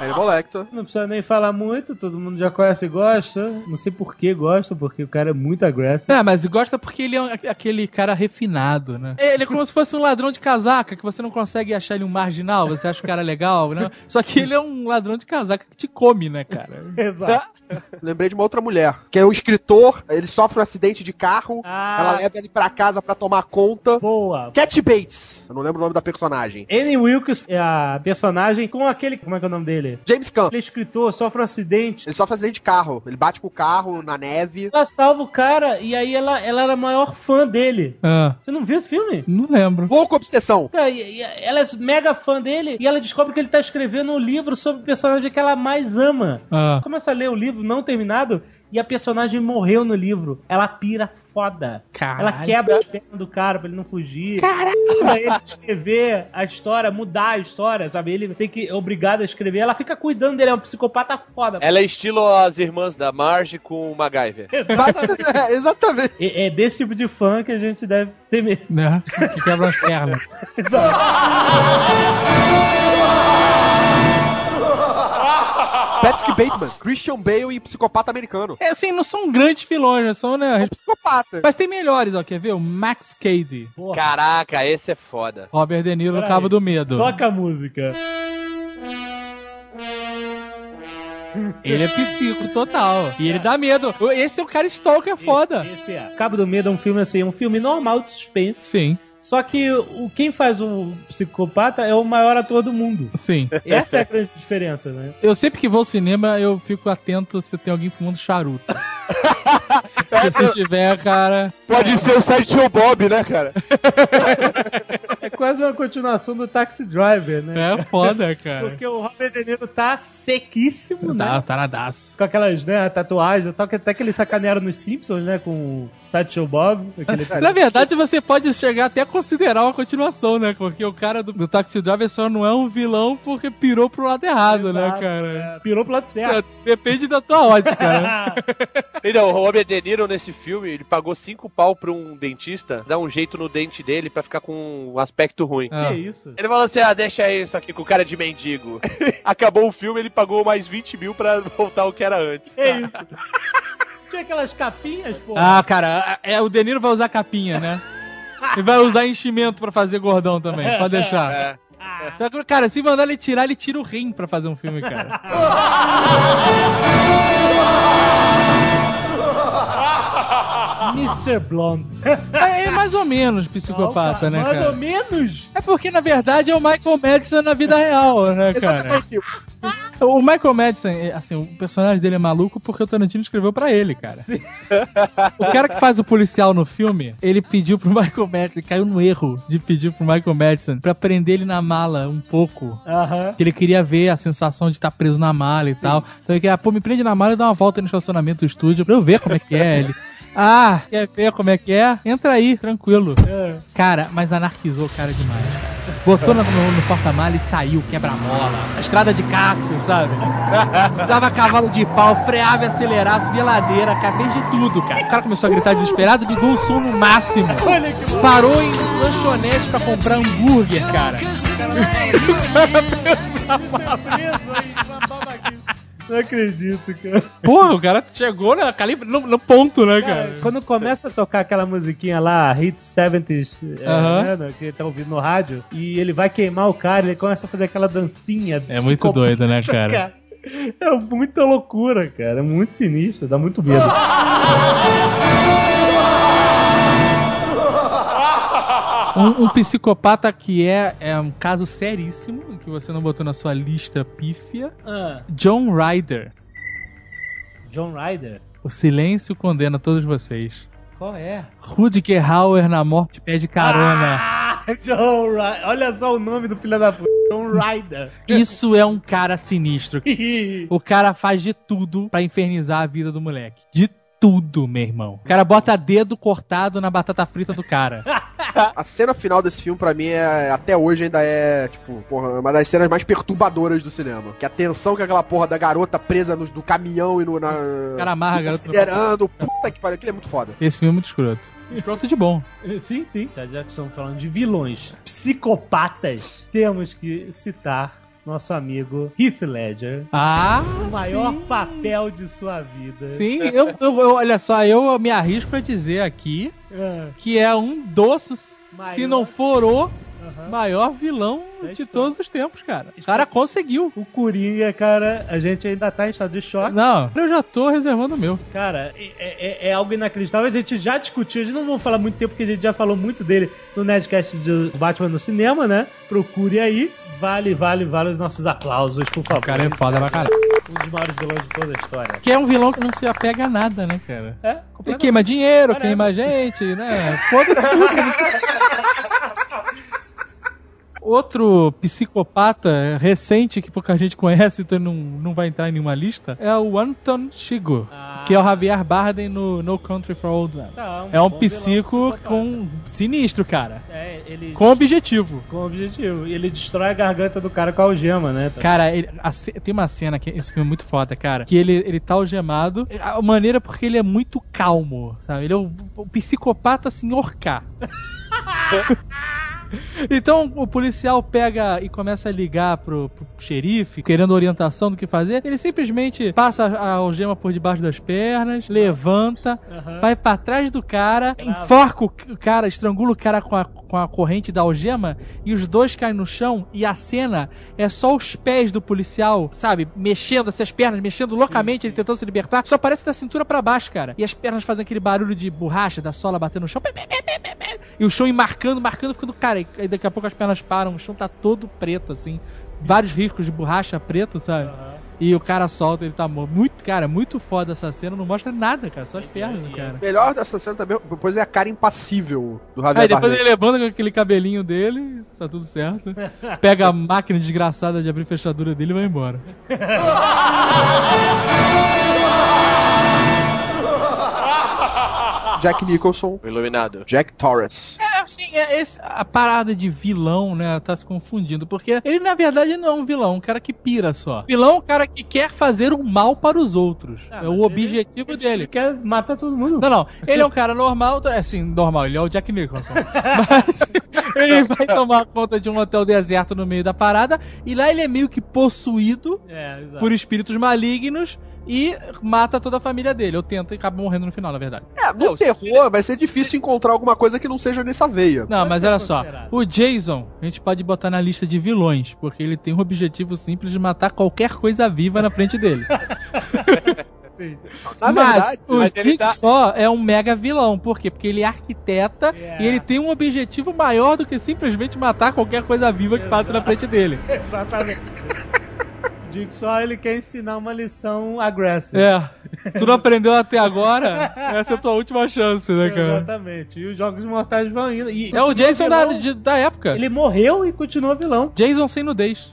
Speaker 3: Hannibal Lecter.
Speaker 2: Não precisa nem falar muito, todo mundo já conhece e gosta. Não sei por que gosta, porque o cara é muito agressivo.
Speaker 5: (laughs) É, mas gosta porque ele é um- aquele cara refinado, né? Ele é como se fosse um ladrão de casaca, que você não consegue achar ele um marginal, você acha o cara legal, né? Só que ele é um ladrão de casaca que te come, né, cara?
Speaker 2: Exato.
Speaker 3: Lembrei de uma outra mulher, que é um escritor, ele sofre um acidente de carro,
Speaker 2: Ah.
Speaker 3: ela
Speaker 5: é
Speaker 3: leva ele pra casa pra tomar conta.
Speaker 2: Boa.
Speaker 3: Cat Bates. Eu não lembro o nome da personagem.
Speaker 2: Annie Wilkes é a personagem com aquele. Como é que é o nome dele?
Speaker 3: James Camp.
Speaker 2: Ele é escritor, sofre um acidente.
Speaker 3: Ele sofre acidente de carro. Ele bate com o carro na neve.
Speaker 2: Ela salva o cara e aí ela, ela era a maior fã dele.
Speaker 5: Ah,
Speaker 2: Você não viu esse filme?
Speaker 5: não lembro.
Speaker 2: (laughs)
Speaker 3: Pouca obsessão.
Speaker 2: Cara, e- e Ela é mega fã dele e ela descobre que ele tá escrevendo um livro sobre o personagem que ela mais ama.
Speaker 5: Ah.
Speaker 2: Começa a ler o livro não terminado e a personagem morreu no livro. Ela pira foda.
Speaker 5: Caralho.
Speaker 2: Ela quebra as pernas do cara pra ele não fugir. Caralho! Pra ele escrever a história, mudar a história, sabe? Ele tem que obrigado a escrever. Ela fica cuidando dele, é um psicopata foda.
Speaker 4: Ela é estilo as irmãs da Marge com o MacGyver.
Speaker 3: Mas- (laughs) é, exatamente.
Speaker 2: É, é desse tipo de fã que a gente deve temer.
Speaker 5: Né? (laughs) Que quebra as pernas.
Speaker 3: Patrick Bateman, Christian Bale e psicopata americano.
Speaker 5: É assim, não são grandes vilões, né? São, né?
Speaker 3: É psicopata.
Speaker 5: Mas tem melhores, ó, quer ver? O Max Cady.
Speaker 2: Porra,
Speaker 4: Caraca, esse é foda.
Speaker 5: Robert De Niro,
Speaker 2: Peraí.
Speaker 5: Cabo do Medo.
Speaker 2: toca a música.
Speaker 5: Ele é psico total. E ele dá medo. Esse é o cara stalker foda.
Speaker 2: Esse, esse é. Cabo do Medo é um filme assim, um filme normal de suspense.
Speaker 5: Sim,
Speaker 2: Só que o quem faz o psicopata é o maior ator do
Speaker 5: (laughs)
Speaker 2: mundo.
Speaker 5: sim.
Speaker 2: Essa é a grande diferença, né?
Speaker 5: Eu sempre que vou ao cinema, eu fico atento se tem alguém
Speaker 2: (laughs)
Speaker 5: fumando charuto. Porque se tiver, cara.
Speaker 4: Pode ser o Sideshow Bob, né, cara?
Speaker 2: É quase uma continuação do Taxi Driver, né?
Speaker 5: É foda, cara.
Speaker 2: Porque o Robert De Niro tá sequíssimo, né?
Speaker 5: Tá, taradaço.
Speaker 2: Com aquelas, né, tatuagens e tal, que até que eles sacanearam nos Simpsons, né? Com o Sideshow Bob.
Speaker 5: (laughs)
Speaker 2: Aquele...
Speaker 5: Na verdade, você pode chegar até a considerar uma continuação, né? Porque o cara do, do Taxi Driver só não é um vilão porque pirou pro lado errado, né,
Speaker 2: Exato,
Speaker 5: cara?
Speaker 2: é, Pirou pro lado certo.
Speaker 5: Depende da tua (laughs) ótica, né?
Speaker 4: Então, o Robert De Niro nesse filme, ele pagou cinco pau pra um dentista dar um jeito no dente dele pra ficar com um aspecto ruim.
Speaker 5: Ah.
Speaker 2: Que é isso?
Speaker 4: Ele falou assim: ah, deixa isso aqui com cara de mendigo. (laughs) Acabou o filme, ele pagou mais 20 mil pra voltar o que era antes.
Speaker 2: Que é isso? Tinha aquelas capinhas, pô.
Speaker 5: Ah, cara, é, o Deniro vai usar capinha, né? E vai usar enchimento pra fazer gordão também, pode deixar.
Speaker 4: É.
Speaker 5: Só que, Cara, se mandar ele tirar, ele tira o rim pra fazer um filme, cara.
Speaker 2: Mr. Blonde.
Speaker 5: É, é mais ou menos psicopata,
Speaker 2: Opa,
Speaker 5: né,
Speaker 2: Mais ou
Speaker 5: cara?
Speaker 2: menos.
Speaker 5: É porque, na verdade, é o Michael Madison na vida real, né, cara?
Speaker 3: Exatamente.
Speaker 5: O Michael Madison, é, assim, o personagem dele é maluco porque o Tarantino escreveu pra ele, cara.
Speaker 2: Sim.
Speaker 5: O cara que faz o policial no filme, ele pediu pro Michael Madison, caiu no erro de pedir pro Michael Madison pra prender ele na mala um pouco
Speaker 2: Aham.
Speaker 5: que ele queria ver a sensação de estar preso na mala e tal. Então ele queria, pô, me prende na mala e dá uma volta no estacionamento do estúdio pra eu ver como é que é ele. Ah, quer ver como é que é? Entra aí, tranquilo.
Speaker 2: É.
Speaker 5: Cara, mas anarquizou o cara demais. Botou no, no, no porta-mala e saiu, quebra-mola. Estrada de cacto, (laughs) sabe? Dava cavalo de pau, freava e acelerava, subia ladeira, cara, fez de tudo, cara. O cara começou a gritar desesperado, ligou o som no máximo.
Speaker 2: Olha que bom.
Speaker 5: Parou em lanchonete pra comprar hambúrguer, cara. O cara pensou
Speaker 2: Tá Preso aí, babava aqui. Não acredito, cara.
Speaker 5: Porra, o cara chegou na calibre, no, no ponto, né, cara?
Speaker 2: Cara, É, Quando começa a tocar aquela musiquinha lá, Hit 70s, é,
Speaker 5: Aham.
Speaker 2: né, que ele tá ouvindo no rádio, e ele vai queimar o cara, ele começa a fazer aquela dancinha.
Speaker 5: É muito
Speaker 2: psicopata,
Speaker 5: doido, né, cara?
Speaker 2: É muita loucura, cara. É muito sinistro, dá muito medo.
Speaker 5: Ah. Um, um psicopata que é, é um caso seríssimo, que você não botou na sua lista pífia. John Ryder.
Speaker 2: Ah, John Ryder?
Speaker 5: O silêncio condena todos vocês.
Speaker 2: Qual é?
Speaker 5: Rudiger Hauer na morte pede carona.
Speaker 2: Ah, John Ryder. Olha só o nome do filho da puta. John
Speaker 5: (laughs)
Speaker 2: Ryder.
Speaker 5: Isso é um cara sinistro. O cara faz de tudo pra infernizar a vida do moleque. De tudo, meu irmão. O cara bota dedo cortado na batata frita
Speaker 2: (laughs)
Speaker 5: do cara.
Speaker 3: A cena final desse filme, pra mim, é, até hoje ainda é, tipo, porra, uma das cenas mais perturbadoras do cinema. Que a tensão que aquela porra da garota presa no, do caminhão e no. Na,
Speaker 5: O cara amarra a garota no
Speaker 3: acelerando, puta que pariu, aquilo é muito foda.
Speaker 5: Esse filme é muito escroto. Escroto de bom.
Speaker 2: Sim, sim. Tá, já que estamos falando de vilões, psicopatas, temos que citar nosso amigo Heath Ledger.
Speaker 5: Ah,
Speaker 2: O maior
Speaker 5: sim.
Speaker 2: papel de sua vida.
Speaker 5: Sim, eu, eu- eu- olha só, eu me arrisco a dizer aqui
Speaker 2: É,
Speaker 5: que é um doce,
Speaker 2: Maior.
Speaker 5: se não for o
Speaker 2: aham.
Speaker 5: maior vilão
Speaker 2: Da
Speaker 5: de
Speaker 2: história.
Speaker 5: todos os tempos, cara. O cara conseguiu.
Speaker 2: O Coringa, cara, a gente ainda tá em estado de choque.
Speaker 5: Não, eu já tô reservando o meu.
Speaker 2: Cara, é, é- é algo inacreditável. A gente já discutiu, a gente não vou falar muito tempo, porque a gente já falou muito dele no Nerdcast de Batman no cinema, né? Procure aí. Vale, vale, vale os nossos aplausos, por favor.
Speaker 5: O cara é foda pra caralho.
Speaker 2: Um dos maiores vilões de toda a história.
Speaker 5: Que é um vilão que não se apega a nada, né, cara?
Speaker 2: É,
Speaker 5: Ele queima dinheiro,
Speaker 2: Caramba.
Speaker 5: queima gente, né? Foda-se tudo. Outro psicopata recente que pouca gente conhece, então não, não vai entrar em nenhuma lista, é o Anton Chigo,
Speaker 2: Ah.
Speaker 5: que é o Javier Bardem no No Country for Old Men.
Speaker 2: Tá,
Speaker 5: É um
Speaker 2: bom
Speaker 5: psico
Speaker 2: vilão, psicopata.
Speaker 5: com sinistro, cara.
Speaker 2: É, ele. Com...
Speaker 5: Com objetivo.
Speaker 2: objetivo. E Ele destrói a garganta do cara com a algema, né?
Speaker 5: Cara, ele- a ce- tem uma cena que esse filme é muito foda, cara. Que ele, ele tá algemado. A maneira porque ele é muito calmo, sabe? Ele é o, o psicopata senhor K. (laughs) Então o policial pega e começa a ligar pro, pro xerife, querendo orientação do que fazer. Ele simplesmente passa a algema por debaixo das pernas, levanta,
Speaker 2: Aham.
Speaker 5: vai pra trás do cara, enforca o c- o cara, estrangula o cara com a, com a corrente da algema e os dois caem no chão e a cena é só os pés do policial, sabe, mexendo essas pernas, mexendo loucamente, ele tentando se libertar, só parece da cintura pra baixo, cara. E as pernas fazem aquele barulho de borracha, da sola batendo no chão. Pé, pé, pé, pé, pé, pé. E o chão ir marcando, marcando, ficando, cara, e aí daqui a pouco as pernas param, o chão tá todo preto, assim. Vários riscos de borracha preto, sabe?
Speaker 2: Aham.
Speaker 5: e o cara solta, ele tá morto. Muito, cara, muito foda essa cena, não mostra nada, cara, só as pernas, cara.
Speaker 3: Melhor dessa cena também, depois é a cara impassível do Javier
Speaker 5: Aí depois
Speaker 3: Bardem.
Speaker 5: ele levanta com aquele cabelinho dele, tá tudo certo. Pega a máquina desgraçada de abrir fechadura dele e vai embora.
Speaker 3: Jack Nicholson,
Speaker 4: O iluminado.
Speaker 3: Jack Torres.
Speaker 5: É, assim, é, esse- a parada de vilão, né, tá se confundindo, porque ele, na verdade, não é um vilão, é um cara que pira só. Vilão é um cara que quer fazer o mal para os outros.
Speaker 2: Ah,
Speaker 5: é
Speaker 2: mas
Speaker 5: o
Speaker 2: ele-
Speaker 5: objetivo
Speaker 2: ele
Speaker 5: dele.
Speaker 2: quer matar todo mundo.
Speaker 5: Não, não. Ele é um cara normal, tá- assim, normal, ele é o Jack (laughs) Nicholson. Mas ele vai tomar conta de um hotel deserto no meio da parada, e lá ele é meio que possuído
Speaker 2: É, exato.
Speaker 5: por espíritos malignos e mata toda a família dele. Ou tenta e acaba morrendo no final, na verdade.
Speaker 3: É, no
Speaker 4: Não, se-
Speaker 3: terror vai ser difícil encontrar alguma coisa que não seja nessa veia.
Speaker 5: Não, mas
Speaker 2: ser
Speaker 5: olha só.
Speaker 2: considerado.
Speaker 5: O Jason, a gente pode botar na lista de vilões, porque ele tem um objetivo simples de matar qualquer coisa viva na frente dele.
Speaker 3: Na
Speaker 5: mas
Speaker 3: verdade,
Speaker 5: o
Speaker 4: mas ele tá-
Speaker 5: Jigsaw é um mega vilão. Por quê? Porque ele é arquiteta
Speaker 2: É.
Speaker 5: e ele tem um objetivo maior do que simplesmente matar qualquer coisa viva que passe na frente dele.
Speaker 2: (laughs) Exatamente. Digo só, ele quer ensinar uma lição agressiva.
Speaker 5: É. Tu não aprendeu até agora? Essa é a tua última chance, né, cara?
Speaker 2: Exatamente. E os Jogos Mortais vão indo. E
Speaker 5: É o Jason da,
Speaker 2: Vilão.
Speaker 5: de- da época.
Speaker 2: Ele morreu e continua
Speaker 5: (laughs)
Speaker 2: vilão.
Speaker 5: Jason sem nudez.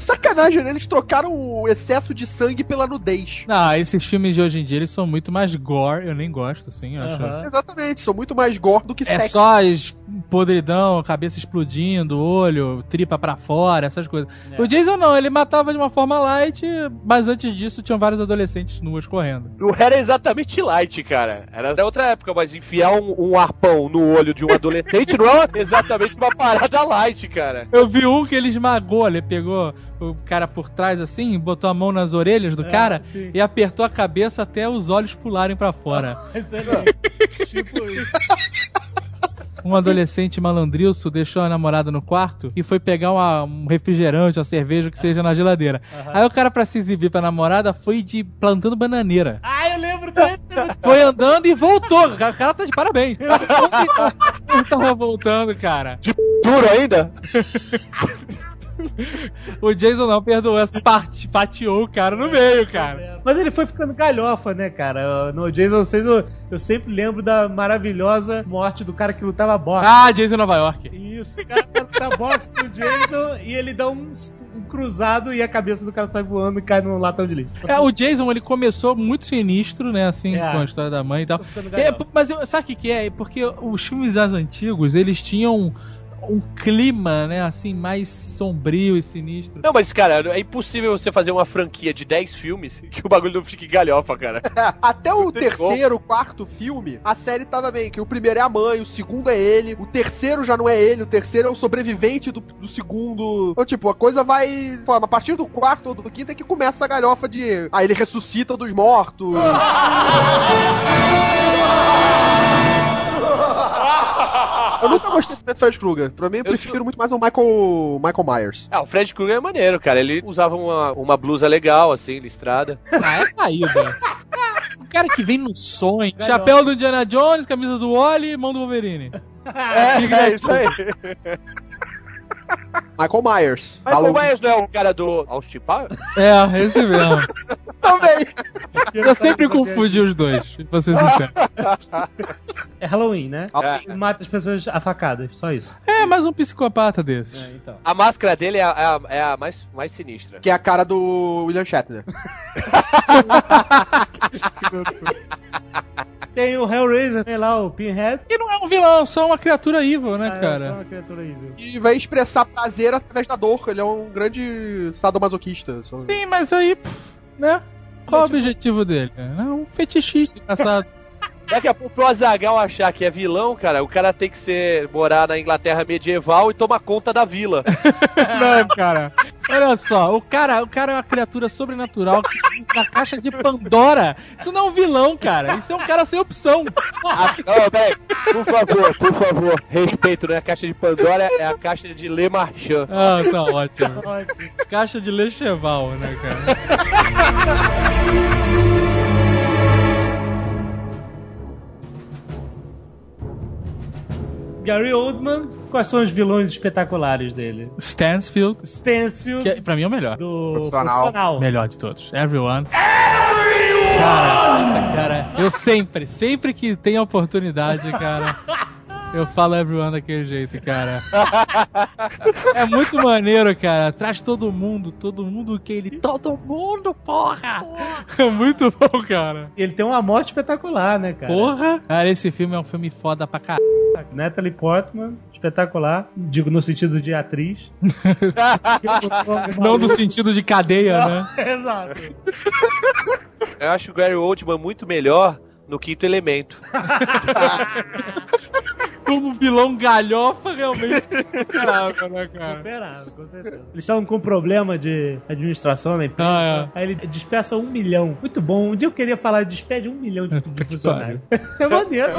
Speaker 3: sacanagem, né? Eles trocaram o excesso de sangue pela nudez.
Speaker 5: Ah, esses filmes de hoje em dia, eles são muito mais gore. Eu nem gosto, assim, eu acho.
Speaker 2: Aham.
Speaker 3: Exatamente, são muito mais gore do que
Speaker 5: É
Speaker 3: sexo.
Speaker 5: só es- podridão, cabeça explodindo, olho, tripa pra fora, essas coisas.
Speaker 2: É.
Speaker 5: O Jason não, ele matava de uma forma light, mas antes disso tinham vários adolescentes nuas correndo.
Speaker 4: Não era exatamente light, cara. Era da outra época, mas enfiar um, um arpão no olho de um adolescente não é exatamente uma parada light, cara.
Speaker 5: Eu vi um que ele esmagou, ele pegou o cara por trás assim, botou a mão nas orelhas do
Speaker 2: É,
Speaker 5: cara
Speaker 2: sim.
Speaker 5: e apertou a cabeça até os olhos pularem pra fora.
Speaker 2: Mas é
Speaker 5: (laughs)
Speaker 2: isso. tipo isso.
Speaker 5: Um adolescente malandrilso deixou a namorada no quarto e foi pegar uma- um refrigerante, uma cerveja, o que seja, na geladeira. Aí o cara, pra se exibir pra namorada, foi de plantando bananeira.
Speaker 2: Ah, eu lembro
Speaker 5: (laughs)
Speaker 2: desse.
Speaker 5: Foi andando e voltou. O cara tá de parabéns. Ele tava voltando, cara.
Speaker 4: Duro ainda?
Speaker 5: (laughs) O Jason não perdoou essa parte. Fatiou o cara no meio, cara.
Speaker 2: Mas ele foi ficando galhofa, né, cara? No Jason 6 eu, eu sempre lembro da maravilhosa morte do cara que lutava boxe.
Speaker 5: Ah, Jason Nova York.
Speaker 2: Isso, o cara tá boxe do Jason e ele dá um, um cruzado e a cabeça do cara sai voando e cai num latão de lixo.
Speaker 5: É, o Jason, ele começou muito sinistro, né? Assim,
Speaker 2: É.
Speaker 5: com a história da mãe e tal.
Speaker 2: Tô ficando
Speaker 5: (laughs) É,
Speaker 2: galhofa.
Speaker 5: p- mas eu- sabe o que, que é? É Porque os filmes mais antigos, eles tinham um clima, né? Assim, mais sombrio e
Speaker 2: (laughs)
Speaker 5: sinistro.
Speaker 4: Não, mas, cara, é impossível você fazer uma franquia de 10 filmes que o bagulho não fique galhofa, cara.
Speaker 3: Até o
Speaker 4: tem
Speaker 3: terceiro, quarto filme, a série tava bem, que o primeiro é a mãe, o segundo é ele, o terceiro já não é ele, o terceiro é o sobrevivente do, do segundo. Então, tipo, a coisa vai. pô, a partir do quarto ou do quinto é que começa a galhofa de. Ah, ele ressuscita dos mortos. Eu nunca gostei do Fred Krueger. Pra mim, eu prefiro muito mais o Michael, Michael Myers.
Speaker 4: Ah, o Fred Krueger é maneiro, cara. Ele usava uma, uma blusa legal, assim, listrada.
Speaker 5: Ah, é caída. O cara que vem no sonho. Chapéu do Indiana Jones, camisa do Wally e mão do Wolverine.
Speaker 4: (laughs) É, isso aí.
Speaker 3: Michael Myers.
Speaker 4: (laughs) Mas o
Speaker 3: Maluco.
Speaker 4: Myers não é o cara do Austin Powers?
Speaker 5: É, esse mesmo.
Speaker 3: Também.
Speaker 5: Eu sempre confundi os dois, pra ser sincero.
Speaker 2: É Halloween, né?
Speaker 4: É.
Speaker 2: E Mata as pessoas afacadas, só isso.
Speaker 5: É, mais um psicopata desses.
Speaker 2: É, então.
Speaker 4: A máscara dele é a, é a- é a mais, mais sinistra.
Speaker 3: Que é a cara do William Shatner.
Speaker 2: Tem o Hellraiser, tem lá o Pinhead.
Speaker 5: Que não é um vilão, só uma criatura evil, né,
Speaker 2: Ah, é só
Speaker 5: cara?
Speaker 2: uma criatura aí, viu?
Speaker 3: E vai expressar prazer através da dor. Ele é um grande sadomasoquista. Só-
Speaker 2: um-
Speaker 5: Sim, mas aí, pff, né? Qual
Speaker 2: tipo
Speaker 5: o objetivo dele? É um fetichista engraçado.
Speaker 4: Daqui a pouco o Azagal achar que é vilão, cara, o cara tem que ser morar na Inglaterra medieval e tomar conta da vila.
Speaker 5: não, cara. Olha só, o cara, o cara é uma criatura sobrenatural que- na caixa de Pandora. Isso não é um vilão, cara. Isso é um cara sem opção.
Speaker 4: Ah, não, peraí. Por favor, por favor, respeito, não é a caixa de Pandora, é a caixa de Le Marchand.
Speaker 5: Ah, tá ótimo.
Speaker 2: Ótimo.
Speaker 5: Caixa de Lecheval, né, cara?
Speaker 2: Gary Oldman, quais são os vilões espetaculares dele?
Speaker 5: Stansfield,
Speaker 2: Stansfield,
Speaker 5: que é- pra mim é o melhor.
Speaker 2: do
Speaker 3: Profissional.
Speaker 2: profissional.
Speaker 5: Melhor de todos. Everyone. Cara, cara, eu sempre, sempre que tem a oportunidade, cara, eu falo everyone daquele jeito, cara. É muito maneiro, cara. Traz todo mundo, todo mundo que ele. Todo mundo, porra! É muito bom, cara.
Speaker 2: Ele tem uma morte espetacular, né, cara?
Speaker 5: Porra! Cara, esse filme é um filme foda pra caralho.
Speaker 2: Natalie Portman, espetacular. Digo no sentido de atriz.
Speaker 5: (laughs) Não do sentido de cadeia, né?
Speaker 2: Exato.
Speaker 4: Eu acho o Gary Oldman muito melhor no Quinto Elemento.
Speaker 5: Como vilão galhofa, realmente. Caraca, né, cara?
Speaker 2: Superado, com certeza. Eles estavam com problema de administração na empresa.
Speaker 5: Ah,
Speaker 2: Aí ele despeça um milhão. Muito bom. Um dia eu queria falar, despede um milhão
Speaker 5: (laughs)
Speaker 2: de, de
Speaker 5: que
Speaker 2: funcionários. (laughs) É maneiro.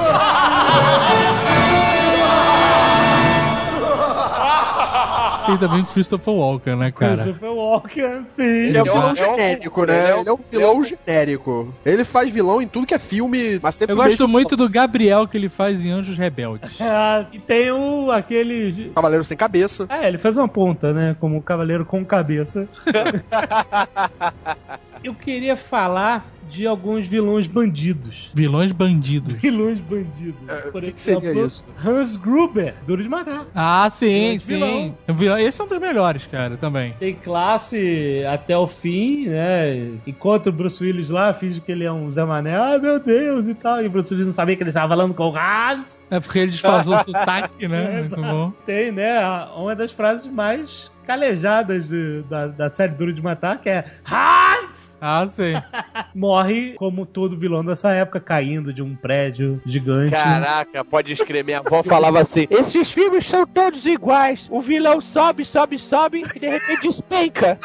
Speaker 5: é. Tem também o Christopher Walker, né, cara?
Speaker 2: Christopher Walken, sim.
Speaker 3: Ele
Speaker 4: Ele é
Speaker 3: é um
Speaker 4: um-
Speaker 3: vilão
Speaker 4: é um-
Speaker 3: genérico,
Speaker 4: ele
Speaker 3: né?
Speaker 4: é um-
Speaker 3: Ele é um vilão genérico. Ele faz vilão em tudo que é filme, mas sempre
Speaker 5: Eu
Speaker 3: o mesmo
Speaker 5: gosto muito do Gabriel que ele faz em Anjos Rebeldes.
Speaker 2: Ah, e tem o aquele.
Speaker 3: Cavaleiro Sem Cabeça.
Speaker 2: É, ele fez uma ponta, né? Como um cavaleiro com
Speaker 5: (laughs)
Speaker 2: cabeça. eu queria falar de alguns vilões bandidos.
Speaker 5: Vilões bandidos.
Speaker 2: (laughs) Vilões bandidos. Por
Speaker 3: É, que que seria isso?
Speaker 2: Hans Gruber, duro de matar.
Speaker 5: Ah, sim,
Speaker 2: Grande
Speaker 5: sim.
Speaker 2: vilão.
Speaker 5: Vilão. Esse é um dos melhores, cara, também.
Speaker 2: Tem classe até o fim, né? Enquanto o Bruce Willis lá finge que ele é um Zé Mané, ah, meu Deus, e tal. E o Bruce Willis não sabia que ele estava falando com o Hans.
Speaker 5: É porque
Speaker 2: (laughs)
Speaker 5: ele desfazou o sotaque,
Speaker 2: É
Speaker 5: né? Muito bom.
Speaker 2: Tem, né? a- Uma das frases mais calejadas de- da, da série Duro de Matar, que é Hans!
Speaker 5: Ah, sim.
Speaker 2: Morre, como todo vilão dessa época, caindo de um prédio gigante.
Speaker 4: Caraca, pode escrever. Minha avó falava assim: esses filmes são todos iguais. O vilão sobe, sobe, sobe e de repente despenca.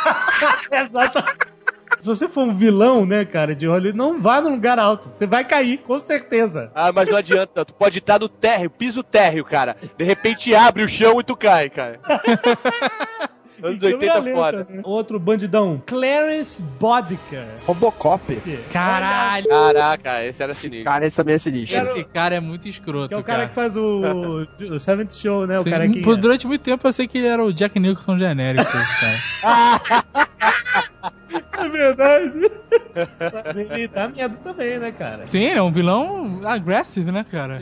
Speaker 2: Se você for um vilão, né, cara, de Hollywood, não vá num lugar alto. Você vai cair, com certeza.
Speaker 4: Ah, mas não adianta, tu pode estar no térreo, piso térreo, cara. De repente abre o chão e tu cai, cara. Anos
Speaker 2: E câmera
Speaker 4: 80 é
Speaker 2: lenta,
Speaker 4: foda.
Speaker 2: né? Outro bandidão, Clarence Bodiker. É
Speaker 3: Robocop.
Speaker 5: Caralho.
Speaker 4: Caraca, esse era
Speaker 3: Esse
Speaker 4: sinistro.
Speaker 3: cara, esse também é sinistro.
Speaker 5: Esse cara é muito escroto,
Speaker 2: Que é o cara que faz
Speaker 5: (laughs)
Speaker 2: o, o Seventh Show, né? O
Speaker 5: Sim,
Speaker 2: cara que.
Speaker 5: por- Durante muito tempo eu sei que ele era o Jack
Speaker 2: (laughs)
Speaker 5: Nicholson genérico, cara.
Speaker 2: É verdade. Mas ele dá medo também, né, cara?
Speaker 5: Sim, ele é um vilão agressivo, né, cara?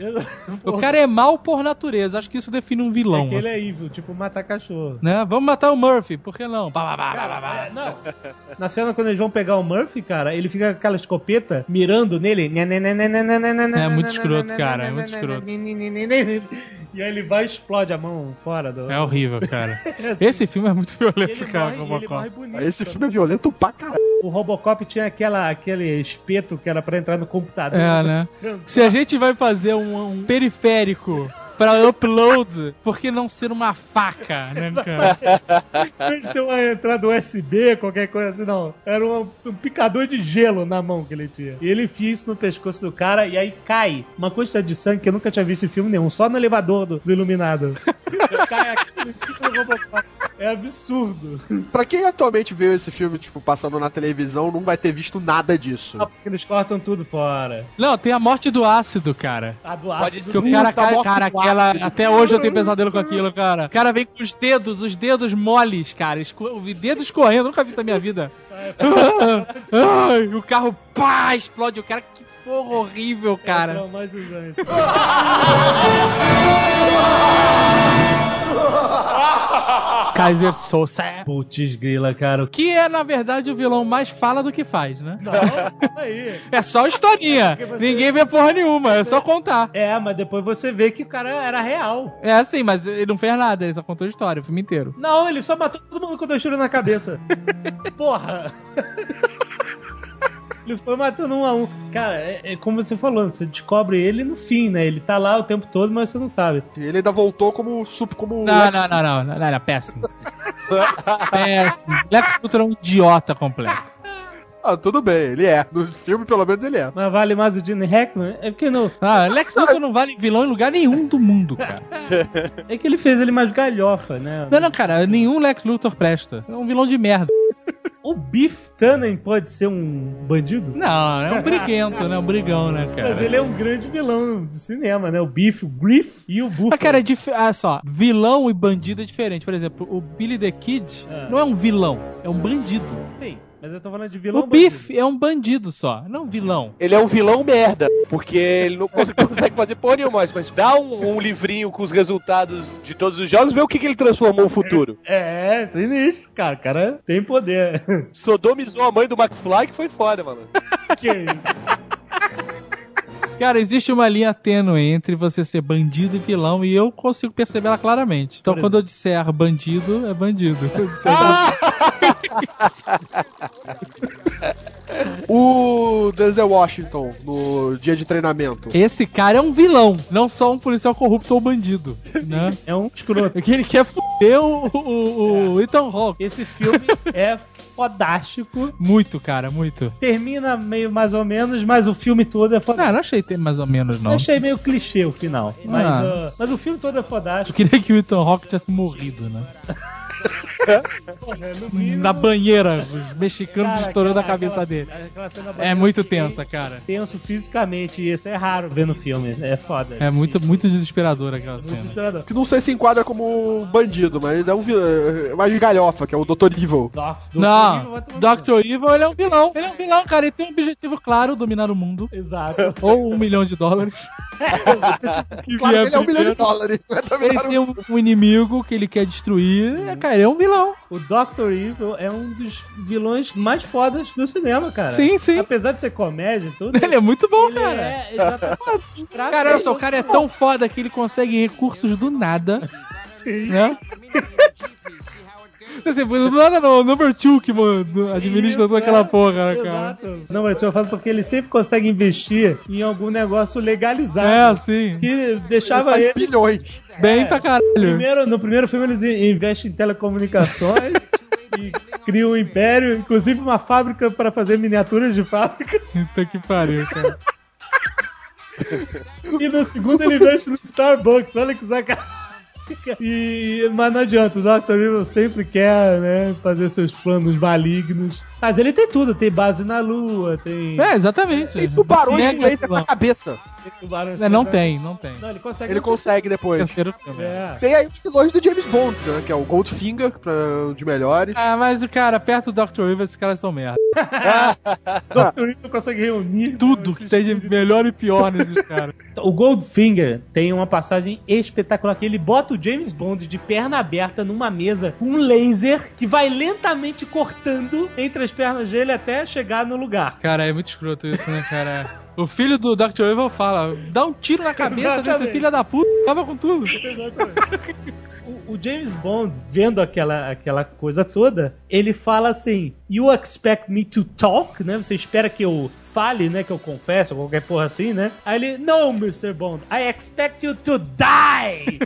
Speaker 5: O
Speaker 2: Porra.
Speaker 5: cara é mal por natureza. Acho que isso define um vilão.
Speaker 2: É que ele
Speaker 5: assim.
Speaker 2: é evil, tipo matar cachorro.
Speaker 5: né? Vamos matar o Murphy, por que não? Bah, bah, bah, bah, bah, bah.
Speaker 2: Cara, é, não. Na cena quando eles vão pegar o Murphy, cara, ele fica com aquela escopeta mirando nele. É
Speaker 5: É muito
Speaker 2: né,
Speaker 5: escroto, cara, é muito escroto.
Speaker 2: E aí ele vai e explode a mão fora do.
Speaker 5: É horrível, cara. Esse filme é muito violento,
Speaker 2: Ele
Speaker 5: cara,
Speaker 2: morre,
Speaker 5: Robocop.
Speaker 2: ele morre bonito.
Speaker 3: Esse filme é violento pra caralho.
Speaker 2: O Robocop tinha aquela, aquele espeto que era pra entrar no computador. (laughs)
Speaker 5: É, né? Se a gente vai fazer um, um periférico pra upload, por que não ser uma faca, né, cara?
Speaker 2: Pensei uma entrada USB, qualquer coisa assim, não. Era um, um picador de gelo na mão que ele tinha. E ele enfia isso no pescoço do cara e aí cai uma quantidade de sangue que eu nunca tinha visto em filme nenhum, só no elevador do, do Iluminado. (laughs) cai aqui no ciclo do Robocop. É absurdo.
Speaker 3: Pra quem atualmente viu esse filme, tipo, passando na televisão, não vai ter visto nada disso.
Speaker 2: Ah, Porque eles cortam tudo fora.
Speaker 5: Não, tem a morte do ácido, cara.
Speaker 2: A do
Speaker 4: Pode
Speaker 2: ácido
Speaker 5: Que o
Speaker 3: Putz,
Speaker 5: cara
Speaker 3: a
Speaker 5: cai,
Speaker 3: morte
Speaker 5: cara,
Speaker 3: do
Speaker 5: aquela.
Speaker 3: ácido.
Speaker 5: Até hoje eu tenho pesadelo com aquilo, cara. O cara vem com os dedos, os dedos moles, cara. Esco... o dedo escorrendo, nunca vi isso na
Speaker 2: (laughs)
Speaker 5: minha vida. Ah, ai, o carro, pá, explode. O cara, que porra horrível, cara.
Speaker 2: traumatizante.
Speaker 5: Kaiser Sosa.
Speaker 2: Putz, grila, cara. o que-
Speaker 5: Que é, na verdade, o vilão mais fala do que faz, né?
Speaker 2: Não, aí.
Speaker 5: É só historinha. Ninguém vê porra nenhuma, é só contar.
Speaker 2: É, mas depois você vê que o cara era real.
Speaker 5: É assim, mas ele não fez nada, ele só contou a história, o filme inteiro.
Speaker 2: Não, ele só matou todo mundo com dois tiros na
Speaker 5: (laughs)
Speaker 2: cabeça. Porra! Ele foi matando um a um. Cara, é, é como você falou, você descobre ele no fim, né? Ele tá lá o tempo todo, mas você não sabe.
Speaker 3: Ele ainda voltou como. sup- como
Speaker 5: Não, não, não, não, não, não, não, péssimo. péssimo. Lex Luthor é um idiota completo.
Speaker 3: Ah, tudo bem, ele é. No filme, pelo menos, ele é.
Speaker 2: Mas vale mais o Gene Hackman? É porque não.
Speaker 5: Ah, Lex Luthor não vale vilão em lugar nenhum do mundo, cara.
Speaker 2: É que ele fez ele mais galhofa, né?
Speaker 5: Não, não, cara, nenhum Lex Luthor presta. É um vilão de merda.
Speaker 2: O Biff Tannen pode ser um bandido?
Speaker 5: Não, é um briguento, né? Um brigão, né, cara?
Speaker 2: Mas ele é um grande vilão do cinema, né? O Biff, o Griff e o Buffalo.
Speaker 5: Mas, cara, é dif... ah, só, vilão e bandido é diferente. Por exemplo, o Billy the Kid
Speaker 2: Ah.
Speaker 5: não é um vilão, é um bandido.
Speaker 2: Sim, mas eu tô falando de vilão
Speaker 5: o
Speaker 2: bandido.
Speaker 5: Biff é um bandido só, não vilão.
Speaker 4: Ele é um vilão merda, porque ele não cons- (laughs) consegue fazer porra nenhuma, mas dá um, um livrinho com os resultados de todos os jogos, vê o que, que ele transformou o futuro.
Speaker 2: É, sinistro, cara. O cara tem
Speaker 5: (laughs)
Speaker 2: poder.
Speaker 4: Sodomizou a mãe do McFly, que foi foda, mano.
Speaker 2: Quem?
Speaker 5: Cara, existe uma linha tênue entre você ser bandido e vilão e eu consigo perceber ela claramente. Então,
Speaker 2: Por
Speaker 5: quando eu disser bandido, é bandido. (laughs) Ah! Quando eu disser
Speaker 3: O Denzel Washington, no dia de treinamento.
Speaker 5: Esse cara é um vilão, não só um policial corrupto ou (laughs) bandido, né?
Speaker 2: É um escroto.
Speaker 5: É que ele quer foder o, o, o Ethan Hawke.
Speaker 2: Esse filme (laughs) é fodástico.
Speaker 5: Muito, cara, muito.
Speaker 2: Termina meio mais ou menos, mas o filme todo é
Speaker 5: Não,
Speaker 2: fodástico.
Speaker 5: eu não achei ter mais ou menos, Ah, não.
Speaker 2: Eu Achei meio clichê o final. Mas,
Speaker 5: Ah.
Speaker 2: uh, mas o filme todo é
Speaker 5: Eu
Speaker 2: fodástico.
Speaker 5: queria que o Ethan Hawke tivesse morrido, né?
Speaker 2: Porra, é no mínimo-
Speaker 5: Na banheira, os mexicanos
Speaker 2: Cara,
Speaker 5: estourando a
Speaker 2: aquela-
Speaker 5: cabeça
Speaker 2: aquela-
Speaker 5: dele.
Speaker 2: aquela cena
Speaker 5: É
Speaker 2: banheira
Speaker 5: muito
Speaker 2: eu fiquei
Speaker 5: tensa, cara.
Speaker 2: Tenso fisicamente, e isso é raro ver no filme. É foda.
Speaker 5: É muito, muito desesperador aquela
Speaker 2: Muito
Speaker 5: cena.
Speaker 2: desesperador.
Speaker 3: Que não sei se enquadra como bandido, mas é um vil- é mais galhofa, que é o Dr. Evil.
Speaker 2: Doc-
Speaker 5: Não,
Speaker 2: Dr. Evil vai tomar
Speaker 5: Dr. Evil ele é um vilão. Ele é um vilão, cara. Ele tem um objetivo claro, dominar o mundo.
Speaker 2: no cu. Exato.
Speaker 5: Ou um milhão de dólares. que
Speaker 3: Claro que
Speaker 5: vier
Speaker 3: ele é um milhão de
Speaker 5: primeiro.
Speaker 3: dólares. mas também
Speaker 5: Ele
Speaker 3: era um-
Speaker 5: tem um, um inimigo que ele quer destruir. É, cara, ele é um vilão.
Speaker 2: O Dr. Evil é um dos vilões mais fodas do cinema, cara.
Speaker 5: Sim, sim.
Speaker 2: Apesar de ser comédia e tudo.
Speaker 5: Ele é muito bom,
Speaker 2: ele
Speaker 5: cara.
Speaker 2: é exatamente.
Speaker 5: Cara, olha só, o cara é tão foda que ele consegue recursos do nada, (laughs) né? Então, assim, do nada não, o Number Two que mano, administra toda aquela porra, né, cara.
Speaker 2: Exato. Não, mas eu falo porque ele sempre consegue investir em algum negócio legalizado.
Speaker 5: É, assim, é.
Speaker 2: Que deixava
Speaker 3: Faz
Speaker 2: ele.
Speaker 3: bilhões.
Speaker 5: bem pra caralho.
Speaker 2: Primeiro, no primeiro filme eles in- investem em telecomunicações e criam um império, inclusive uma fábrica para fazer miniaturas de fábrica.
Speaker 5: Puta que pariu, cara.
Speaker 2: E no segundo ele investe no Starbucks. Olha que sacanagem. E, mas não adianta, o Dr. Evil sempre quer né, fazer seus planos malignos. Mas ele tem tudo, tem base na lua, tem.
Speaker 5: É, exatamente.
Speaker 3: Tem tubarões
Speaker 5: Mega
Speaker 3: com laser
Speaker 5: vilão.
Speaker 3: na é cabeça.
Speaker 2: tem tubarão-
Speaker 5: É, Não tem, não tem.
Speaker 2: Não, ele consegue.
Speaker 3: Ele consegue depois.
Speaker 5: Terceiro filme.
Speaker 2: É.
Speaker 3: Tem aí os vilões do James Bond, né, que é o Goldfinger, pra, um de melhores.
Speaker 5: Ah, mas, cara, perto do Dr. Evil, esses caras são merda.
Speaker 2: Dr. Evil consegue reunir
Speaker 5: Tudo que tem de melhor e pior (laughs) nesses caras.
Speaker 2: O Goldfinger tem uma passagem espetacular que ele bota o James Bond de perna aberta numa mesa com um laser que vai lentamente cortando entre as pernas dele até chegar no lugar.
Speaker 5: Cara, é muito escroto isso, né, cara? O filho do Dr. Evil fala: dá um tiro na cabeça desse
Speaker 2: Exatamente.
Speaker 5: filho da puta, tava com tudo.
Speaker 2: O, o James Bond, vendo aquela, aquela coisa toda, ele fala assim: You expect me to talk, né? Você espera que eu fale, né? Que eu confesse, ou qualquer porra assim, né? Aí ele: No, Mr. Bond, I expect you to die!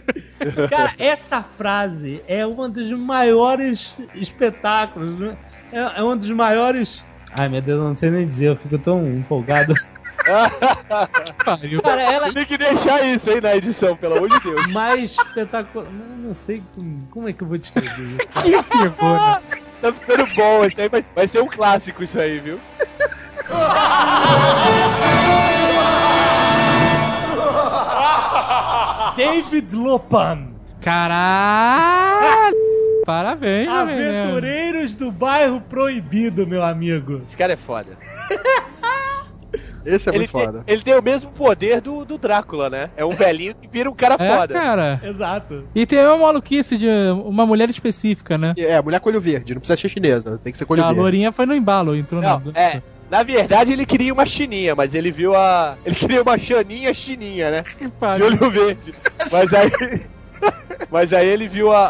Speaker 2: Cara, essa frase é um dos maiores espetáculos, né? É, é um dos maiores. Ai, meu Deus, eu não sei nem dizer, eu fico tão empolgado. (laughs)
Speaker 5: Pariu.
Speaker 2: Cara, ela
Speaker 4: Tem que deixar isso aí na edição, pelo amor de Deus.
Speaker 2: mais espetacular. Mas eu Não sei como, como é que eu vou descrever isso.
Speaker 5: Ferrou, né?
Speaker 4: Tá ficando bom, isso aí vai, vai ser um clássico isso aí, viu?
Speaker 2: David Lopan.
Speaker 5: Caralho! Parabéns, jovem nerd.
Speaker 2: Aventureiros do bairro proibido, meu amigo.
Speaker 4: Esse cara é foda.
Speaker 3: Esse é
Speaker 4: ele,
Speaker 3: muito foda.
Speaker 4: Tem, ele tem o mesmo poder do, do Drácula, né? É um velhinho que vira um cara
Speaker 5: É,
Speaker 4: foda.
Speaker 5: cara.
Speaker 2: Exato.
Speaker 5: E tem uma maluquice de uma mulher específica, né?
Speaker 3: É, mulher com olho verde, não precisa ser chinesa, tem que ser com olho
Speaker 5: A
Speaker 3: verde.
Speaker 5: lourinha foi no embalo, entrou
Speaker 4: Não,
Speaker 5: na.
Speaker 4: é. Na verdade, ele queria uma chininha, mas ele viu a. Ele queria uma chaninha chininha, né?
Speaker 5: Que
Speaker 4: De
Speaker 5: pariu.
Speaker 4: olho verde. Mas aí. (laughs) Mas aí ele viu a,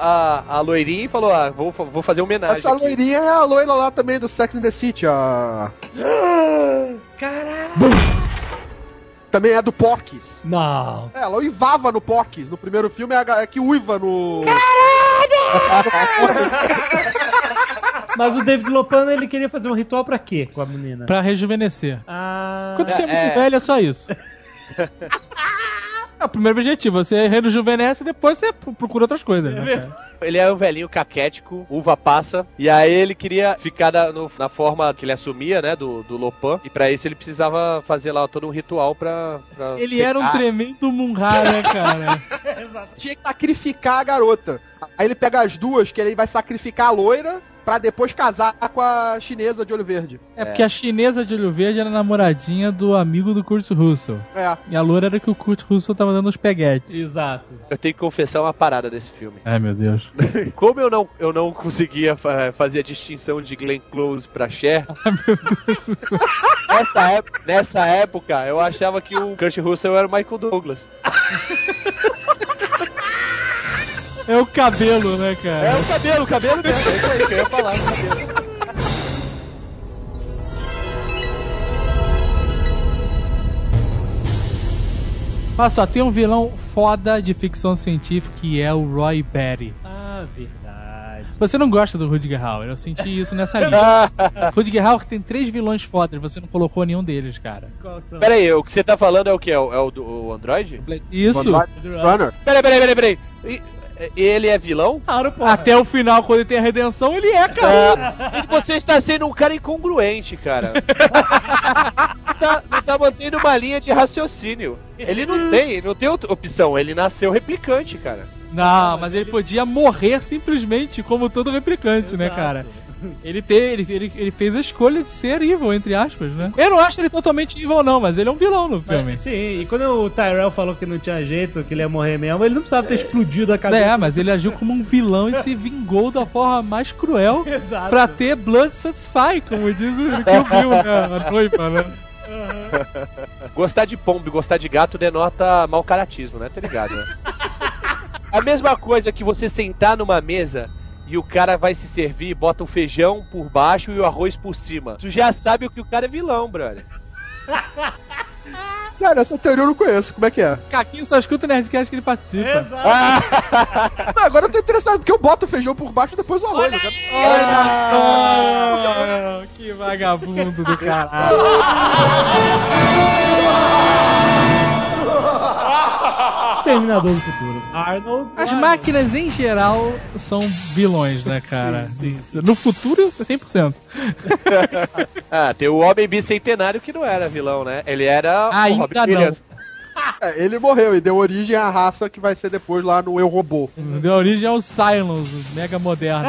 Speaker 4: a, a loirinha e falou: Ah, vou, fa- vou fazer homenagem.
Speaker 3: Essa
Speaker 4: aqui.
Speaker 3: loirinha é a loira lá também do Sex and the City, (gasps) a...
Speaker 2: Caralho.
Speaker 3: Também é do Porques.
Speaker 2: Não.
Speaker 3: É, ela uivava no Porques. No primeiro filme é a ga- que uiva no.
Speaker 2: Mas o David Lopan, ele queria fazer um ritual pra quê com a menina?
Speaker 5: Pra rejuvenescer. é
Speaker 2: Ah,
Speaker 5: (laughs) Quando você é muito
Speaker 4: É.
Speaker 5: velho, é só isso. É o primeiro objetivo, você rejuvenesce e depois você pro- procura outras coisas,
Speaker 2: É
Speaker 5: né?
Speaker 2: verdade.
Speaker 5: cara?
Speaker 4: Ele é um velhinho caquético, uva passa, e aí ele queria ficar na, no- na forma que ele assumia, né, do, do Lopan, e pra isso ele precisava fazer lá todo um ritual pra... pra
Speaker 5: Ele era um
Speaker 4: pecar.
Speaker 5: tremendo munhá, né, cara?
Speaker 2: Exato.
Speaker 3: Tinha que sacrificar a garota. Aí ele pega as duas, que ele vai sacrificar a loira pra depois casar com a chinesa de olho verde.
Speaker 5: (laughs) É porque a chinesa de olho verde era namoradinha do amigo do Kurt Russell.
Speaker 3: É.
Speaker 5: E a loura era que o Kurt Russell tava dando os peguetes.
Speaker 2: Exato.
Speaker 4: Eu tenho que confessar uma parada desse filme.
Speaker 5: Ai, meu Deus.
Speaker 4: Como eu não, eu não conseguia fa- fazer a distinção de Glenn Close pra Cher, nessa, época, nessa época eu achava que o Kurt Russell era o Michael Douglas.
Speaker 5: É o cabelo, né, cara?
Speaker 4: É o cabelo, o cabelo mesmo. É isso aí que eu ia falar, o cabelo.
Speaker 5: Mas só, tem um vilão foda de ficção científica que é o Roy Batty.
Speaker 2: Ah, verdade.
Speaker 5: Você não gosta do Rudger Hauer, eu senti isso nessa lista. Rudger Hauer tem três vilões fodas, você não colocou nenhum deles, cara.
Speaker 2: Qual que são?
Speaker 4: Pera aí, o que você tá falando é o que? É o, é o do o Android?
Speaker 5: Isso,
Speaker 3: Runner.
Speaker 4: Peraí, peraí, peraí, peraí. E- e- Ele é vilão?
Speaker 2: Claro, pô.
Speaker 5: até o final, quando ele tem a redenção, ele é, cara.
Speaker 4: Ah, você está sendo um cara incongruente, cara. tá, não tá mantendo uma linha de raciocínio. Ele não tem, não tem outra opção. Ele nasceu replicante, cara.
Speaker 5: Não, mas ele podia morrer simplesmente, como todo replicante, né,
Speaker 2: Exato.
Speaker 5: cara? Ele, te, ele, ele, ele fez a escolha de ser evil, entre aspas, né? Eu não acho ele totalmente evil, não, mas ele é um vilão no
Speaker 2: Mas,
Speaker 5: filme.
Speaker 2: Sim, e quando o Tyrell falou que não tinha jeito, que ele ia morrer mesmo, ele não precisava ter explodido a
Speaker 5: É,
Speaker 2: cabeça.
Speaker 5: mas ele agiu como um vilão e se vingou da forma mais
Speaker 2: (laughs)
Speaker 5: cruel
Speaker 2: Exato.
Speaker 5: É. pra ter Blood Satisfy, como diz o Kill Bill, né? A noiva, né?
Speaker 4: Gostar de pombo, e gostar de gato denota mau caratismo, né? Tá ligado?
Speaker 5: (laughs)
Speaker 4: Né? A mesma coisa que você sentar numa mesa e o cara vai se servir e bota o feijão por baixo e o arroz por cima. Tu já sabe o que o cara é vilão, brother.
Speaker 3: Sério, essa teoria eu não conheço. Como é que é?
Speaker 5: Caquinho só escuta o Nerdcast que ele participa.
Speaker 2: Exato.
Speaker 3: Não, agora eu tô interessado, porque eu boto o feijão por baixo e depois o arroz. né? Eu quero-
Speaker 2: Ah,
Speaker 5: Olha só! Que vagabundo do caralho.
Speaker 2: Terminador do futuro. Arnold.
Speaker 5: As
Speaker 2: Arnold.
Speaker 5: máquinas em geral são vilões, né, cara? No futuro, é 100%.
Speaker 4: Ah, tem o homem bicentenário que não era vilão, né? Ele era o Robin
Speaker 5: Ainda não.
Speaker 4: Williams.
Speaker 3: É, ele morreu e deu origem à raça que vai ser depois lá no Eu Robô.
Speaker 5: Deu origem ao Silence, o
Speaker 2: (laughs)
Speaker 5: mega moderno.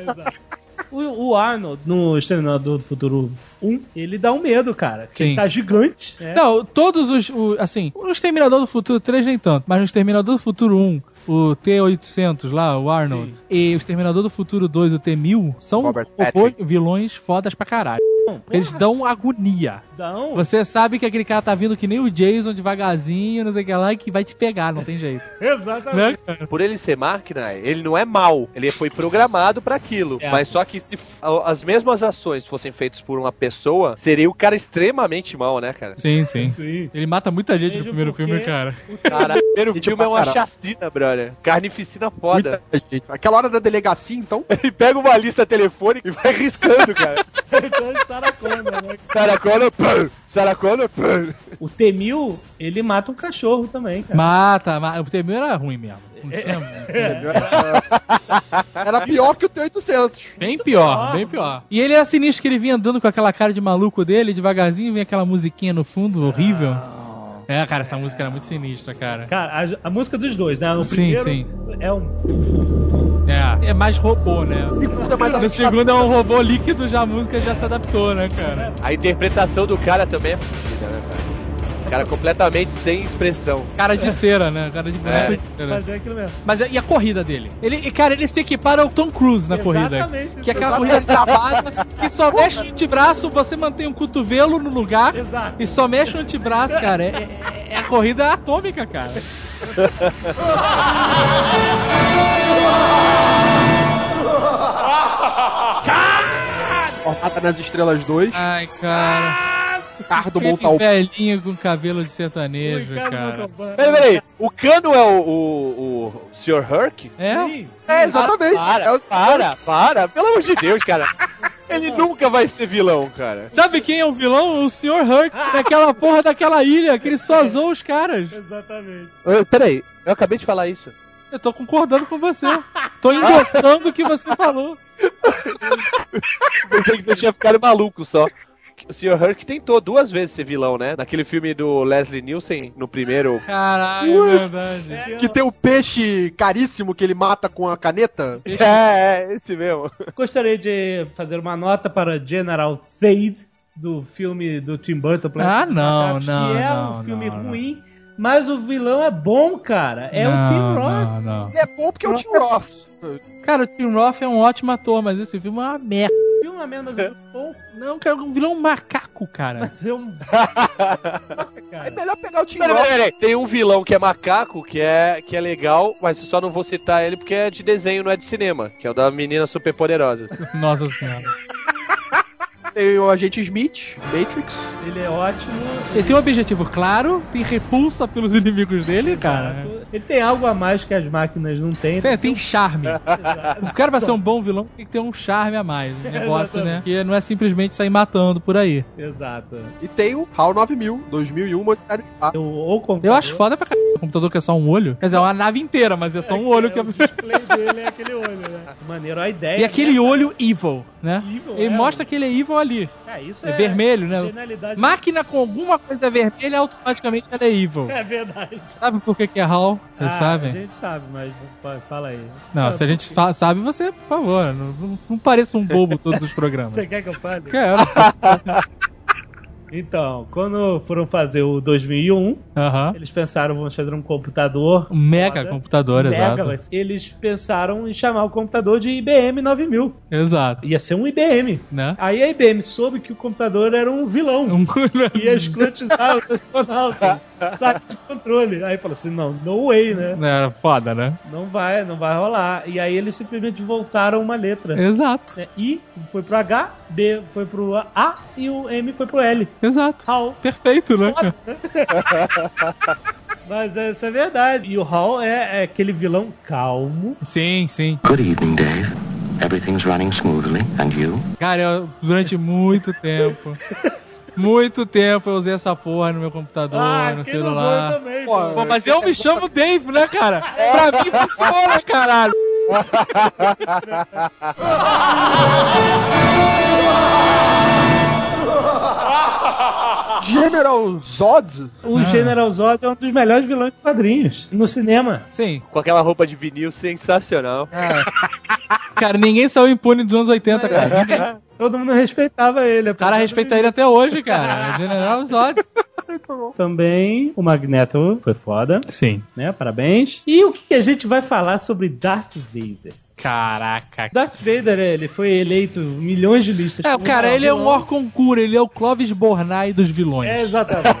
Speaker 2: Exato. O, o Arnold, no Exterminador do Futuro 1, ele dá um medo, cara. Que
Speaker 5: Sim.
Speaker 2: Ele tá gigante. né?
Speaker 5: Não, todos os, o- Assim, no Exterminador do Futuro 3 nem tanto, mas no Exterminador do Futuro 1, o T-800 lá, o Arnold, e o Exterminador do Futuro 2, o T-1000, são
Speaker 3: Robert
Speaker 5: robôs, vilões fodas pra caralho.
Speaker 2: Não, porra,
Speaker 5: Eles dão agonia.
Speaker 2: dão.
Speaker 5: Você sabe que aquele cara tá vindo que nem o Jason devagarzinho, não sei o que lá, e que vai te pegar, não
Speaker 2: (laughs)
Speaker 5: tem jeito.
Speaker 2: (laughs) Exatamente.
Speaker 4: Por ele ser máquina, ele não é mal. Ele foi programado pra aquilo.
Speaker 5: É.
Speaker 4: Mas só que se f- as mesmas ações fossem feitas por uma pessoa, seria o cara extremamente mal, né, cara?
Speaker 5: Sim, sim.
Speaker 2: Sim.
Speaker 5: Ele mata muita gente
Speaker 2: Mesmo
Speaker 5: no primeiro
Speaker 2: porque-
Speaker 5: filme, cara.
Speaker 4: Cara, o (laughs) primeiro
Speaker 3: Gente
Speaker 4: filme é
Speaker 3: pra
Speaker 4: uma
Speaker 3: caralho.
Speaker 4: chacina, brother. Carnificina foda. É.
Speaker 3: Muita gente. Aquela hora da delegacia, então.
Speaker 4: Ele pega uma lista telefônica e vai riscando, (laughs) cara.
Speaker 2: Então ele saraconda, né?
Speaker 4: Saracona, pum! Saracona, pum!
Speaker 2: O T-1000, ele mata um cachorro também, cara.
Speaker 5: Mata, mata. O primeiro era ruim mesmo. Não tinha-
Speaker 3: É. Era pior que o T-800.
Speaker 5: Bem pior, bem pior. E ele era sinistro que ele vinha andando com aquela cara de maluco dele, devagarzinho vinha aquela musiquinha no fundo, horrível. É, cara, essa música era muito sinistra, cara.
Speaker 2: Cara, a, a música dos dois, né? No
Speaker 5: Sim,
Speaker 2: primeiro
Speaker 5: sim.
Speaker 2: é um.
Speaker 5: É, é mais robô, né?
Speaker 3: Puta, mas tá
Speaker 5: No segundo é um robô líquido, já a música já se adaptou, né, cara?
Speaker 4: A interpretação do cara também é fodida, né, cara? O cara completamente sem expressão.
Speaker 5: Cara de cera, né? Cara de boneco
Speaker 4: É.
Speaker 5: de cera.
Speaker 2: Fazer aquilo mesmo.
Speaker 5: Mas é, e a corrida dele? Ele, e, cara, ele se equipara ao Tom Cruise na corrida.
Speaker 2: Exatamente.
Speaker 5: Que é aquela corrida
Speaker 3: Exatamente.
Speaker 5: travada, que só mexe o antebraço, você mantém o cotovelo no lugar
Speaker 2: Exato.
Speaker 5: e só mexe o antebraço, cara. É, é- é a corrida atômica, cara.
Speaker 3: Formada nas Estrelas 2,
Speaker 5: Ai, cara.
Speaker 3: Ricardo
Speaker 5: Ah, Aquele
Speaker 3: Montalbão.
Speaker 5: velhinho com cabelo de sertanejo,
Speaker 2: Ricardo
Speaker 5: cara.
Speaker 2: Montalbano.
Speaker 4: Peraí, peraí. O cano é o, o, o Sr. Herc?
Speaker 5: É?
Speaker 2: Sim, sim.
Speaker 3: É, exatamente.
Speaker 4: Para,
Speaker 3: é o...
Speaker 4: para, para. Pelo amor de Deus, cara. Ele nunca vai ser vilão, cara.
Speaker 5: Sabe quem é o vilão? O Sr. Hurt, daquela porra daquela ilha, que ele só zoou os caras.
Speaker 2: Exatamente.
Speaker 4: Ô, peraí, eu acabei de falar isso.
Speaker 5: Eu tô concordando com você. Tô endossando o que você falou.
Speaker 4: Pensei que eu tinha ficado maluco só. O Sr. Hurk tentou duas vezes ser vilão, né? Naquele filme do Leslie Nielsen, no primeiro.
Speaker 5: Caralho, é verdade.
Speaker 3: Que tem o peixe caríssimo que ele mata com a caneta.
Speaker 4: (laughs) É, é, esse mesmo.
Speaker 2: Gostaria de fazer uma nota para General Thade, do filme do Tim Burton. Planeta
Speaker 5: Ah,
Speaker 2: dos
Speaker 5: não,
Speaker 2: Macacos,
Speaker 5: não,
Speaker 2: Que é
Speaker 5: não,
Speaker 2: um filme
Speaker 5: não, não.
Speaker 2: ruim, mas o vilão é bom, cara. É o Tim Roth.
Speaker 5: Não, não.
Speaker 3: Ele é bom porque é o Tim Ross.
Speaker 5: Cara, o Tim Roth é um ótimo ator, mas esse filme é uma merda.
Speaker 2: Filme é menos bom,
Speaker 5: Não, cara, um vilão macaco, cara.
Speaker 2: mas é um...
Speaker 3: É
Speaker 2: cara.
Speaker 3: melhor pegar o Tim
Speaker 4: Peraí,
Speaker 3: Ross.
Speaker 4: peraí, peraí. Tem um vilão que é macaco, que é, que é legal, mas eu só não vou citar ele porque é de desenho, não é de cinema. Que é o da menina superpoderosa.
Speaker 5: (laughs) Nossa senhora.
Speaker 3: Tem o agente Smith, Matrix.
Speaker 2: (laughs) Ele é ótimo.
Speaker 5: Ele tem um objetivo claro, tem repulsa pelos inimigos dele, cara.
Speaker 2: Exato. Ele tem algo a mais que as máquinas não têm.
Speaker 5: Tem, um tem charme. O cara vai ser um bom vilão, tem que ter um charme a mais. (laughs) Um negócio, né? Que não é simplesmente sair matando por aí.
Speaker 2: Exato.
Speaker 3: E tem o HAL 9000, 2001, onde um, série de
Speaker 2: Eu, ou computador-
Speaker 5: Eu acho foda pra caralho. O computador que é só um olho. Quer dizer, é uma nave inteira, mas é só um olho que é.
Speaker 2: O display dele é aquele olho, né? Maneiro, a ideia.
Speaker 5: E aquele olho É, evil, né?
Speaker 2: Evil,
Speaker 5: Ele
Speaker 2: é.
Speaker 5: mostra que ele é evil ali.
Speaker 2: É, isso
Speaker 5: É vermelho, né?
Speaker 2: Genialidade.
Speaker 5: Máquina com alguma coisa vermelha, automaticamente ela é evil.
Speaker 2: (laughs) É verdade.
Speaker 5: Sabe por que, que é HAL? Vocês
Speaker 2: Ah,
Speaker 5: sabem?
Speaker 2: A gente sabe, mas pô, fala aí.
Speaker 5: Não,
Speaker 2: Fala,
Speaker 5: se a gente
Speaker 2: por
Speaker 5: sa- sabe, você, por favor, não, não- não pareça um bobo todos os
Speaker 2: quê? (laughs)
Speaker 5: programas. é, né?
Speaker 2: Você quer que eu fale?
Speaker 5: Quero.
Speaker 2: Então, quando foram fazer o 2001,
Speaker 5: Aham.
Speaker 2: eles pensaram, vamos fazer um computador.
Speaker 5: Um Mega
Speaker 2: foda.
Speaker 5: computador,
Speaker 2: Mega,
Speaker 5: exato.
Speaker 2: mas Eles pensaram em chamar o computador de IBM 9000.
Speaker 5: Exato,
Speaker 2: Ia ser um IBM.
Speaker 5: né?
Speaker 2: Aí a IBM soube que o computador era um vilão.
Speaker 5: Um- (laughs)
Speaker 2: e ia escrotizar os astronautas. Saco de controle. Aí falou assim: não, no way, né?
Speaker 5: É, foda, né?
Speaker 2: Não vai, não vai rolar. E aí eles simplesmente voltaram uma letra.
Speaker 5: Exato,
Speaker 2: né? I foi pro H, B foi pro A e o M foi pro L.
Speaker 5: exato.
Speaker 2: Hall.
Speaker 5: Perfeito, né? cara?
Speaker 2: Mas essa é verdade. E o Hall é, é aquele vilão calmo.
Speaker 5: Sim, sim.
Speaker 6: Good evening, Dave. Everything's running smoothly, and you?
Speaker 5: Cara, eu, durante muito tempo. Muito tempo eu usei essa porra no meu computador, no
Speaker 2: Ah, quem não zoa
Speaker 5: celular.
Speaker 2: também,
Speaker 3: Pô,
Speaker 2: pô.
Speaker 5: Pô, mas eu me chamo Dave, né, cara? Pra mim funciona, caralho.
Speaker 3: General Zod?
Speaker 2: O General Zod é um dos melhores vilões de quadrinhos. No cinema.
Speaker 5: Sim.
Speaker 4: Com aquela roupa de vinil sensacional.
Speaker 5: Cara, ninguém saiu impune dos anos 80, cara.
Speaker 2: Todo mundo respeitava ele.
Speaker 5: O cara respeita ele até hoje, cara. É General Zod.
Speaker 2: Também o Magneto foi foda.
Speaker 5: Sim.
Speaker 2: né? Parabéns. E o que que a gente vai falar sobre Darth Vader?
Speaker 5: Caraca.
Speaker 2: Darth Vader, ele foi eleito em milhões de listas.
Speaker 5: É, o
Speaker 2: como
Speaker 5: cara,
Speaker 2: maior
Speaker 5: ele é um
Speaker 2: vilão.
Speaker 5: Orconcura, ele é o Clovis Bornai dos vilões.
Speaker 2: É, exatamente.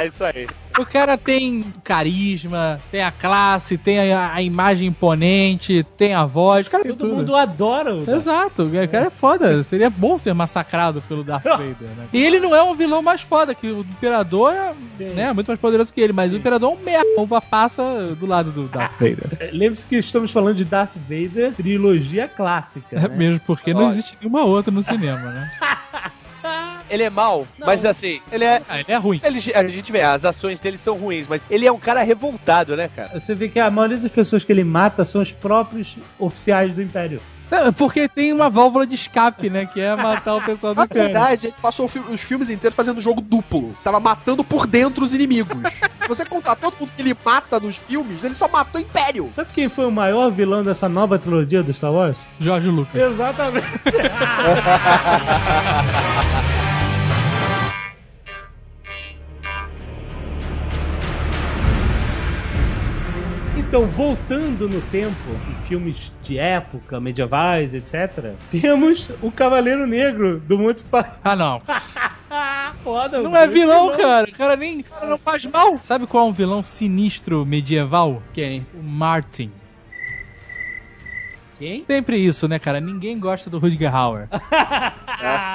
Speaker 5: (laughs)
Speaker 4: é isso aí.
Speaker 5: O cara tem carisma, tem a classe, tem a, a imagem imponente, tem a voz, o cara tem
Speaker 2: Todo
Speaker 5: tudo.
Speaker 2: mundo adora o Darth
Speaker 5: Exato, o cara é foda. Seria bom ser massacrado pelo Darth Vader, né? E ele não é um vilão mais foda, que o Imperador é
Speaker 2: Sim.
Speaker 5: né, muito mais poderoso que ele, mas o Imperador é um merda. A uva passa do lado do Darth Vader.
Speaker 2: Vader. É, Lembre-se que estamos falando de Darth Vader, trilogia clássica,
Speaker 5: É
Speaker 2: né?
Speaker 5: (laughs) mesmo porque não
Speaker 4: Olha.
Speaker 5: existe nenhuma outra no cinema, né?
Speaker 4: Ele é mal,
Speaker 2: Não.
Speaker 4: mas assim, ele é.
Speaker 5: (laughs) Ah, ele é ruim.
Speaker 4: Ele, a gente vê, as ações dele são ruins, mas ele é um cara revoltado, né, cara?
Speaker 2: Você vê que a maioria das pessoas que ele mata são os próprios oficiais do Império.
Speaker 5: Não, é porque tem uma válvula de escape, né? Que é matar o pessoal
Speaker 3: Na
Speaker 5: do cara.
Speaker 3: verdade, ele passou o fi- os filmes inteiros fazendo jogo duplo. Tava matando por dentro os inimigos. Se você contar todo mundo que ele mata nos filmes, ele só matou o Império.
Speaker 2: Sabe quem foi o maior vilão dessa nova trilogia do Star Wars?
Speaker 5: (laughs) Jorge Lucas.
Speaker 2: Exatamente. (laughs) Então, voltando no tempo, em filmes de época, medievais, etc., temos o Cavaleiro Negro do Monte Pai.
Speaker 5: Ah, não.
Speaker 2: Foda,
Speaker 5: Não é vilão, cara. O cara nem o cara não faz mal. Sabe qual é um vilão sinistro medieval? Quem? O Martin.
Speaker 2: hein?
Speaker 5: Sempre isso, né, cara? Ninguém gosta do Rudger Hauer.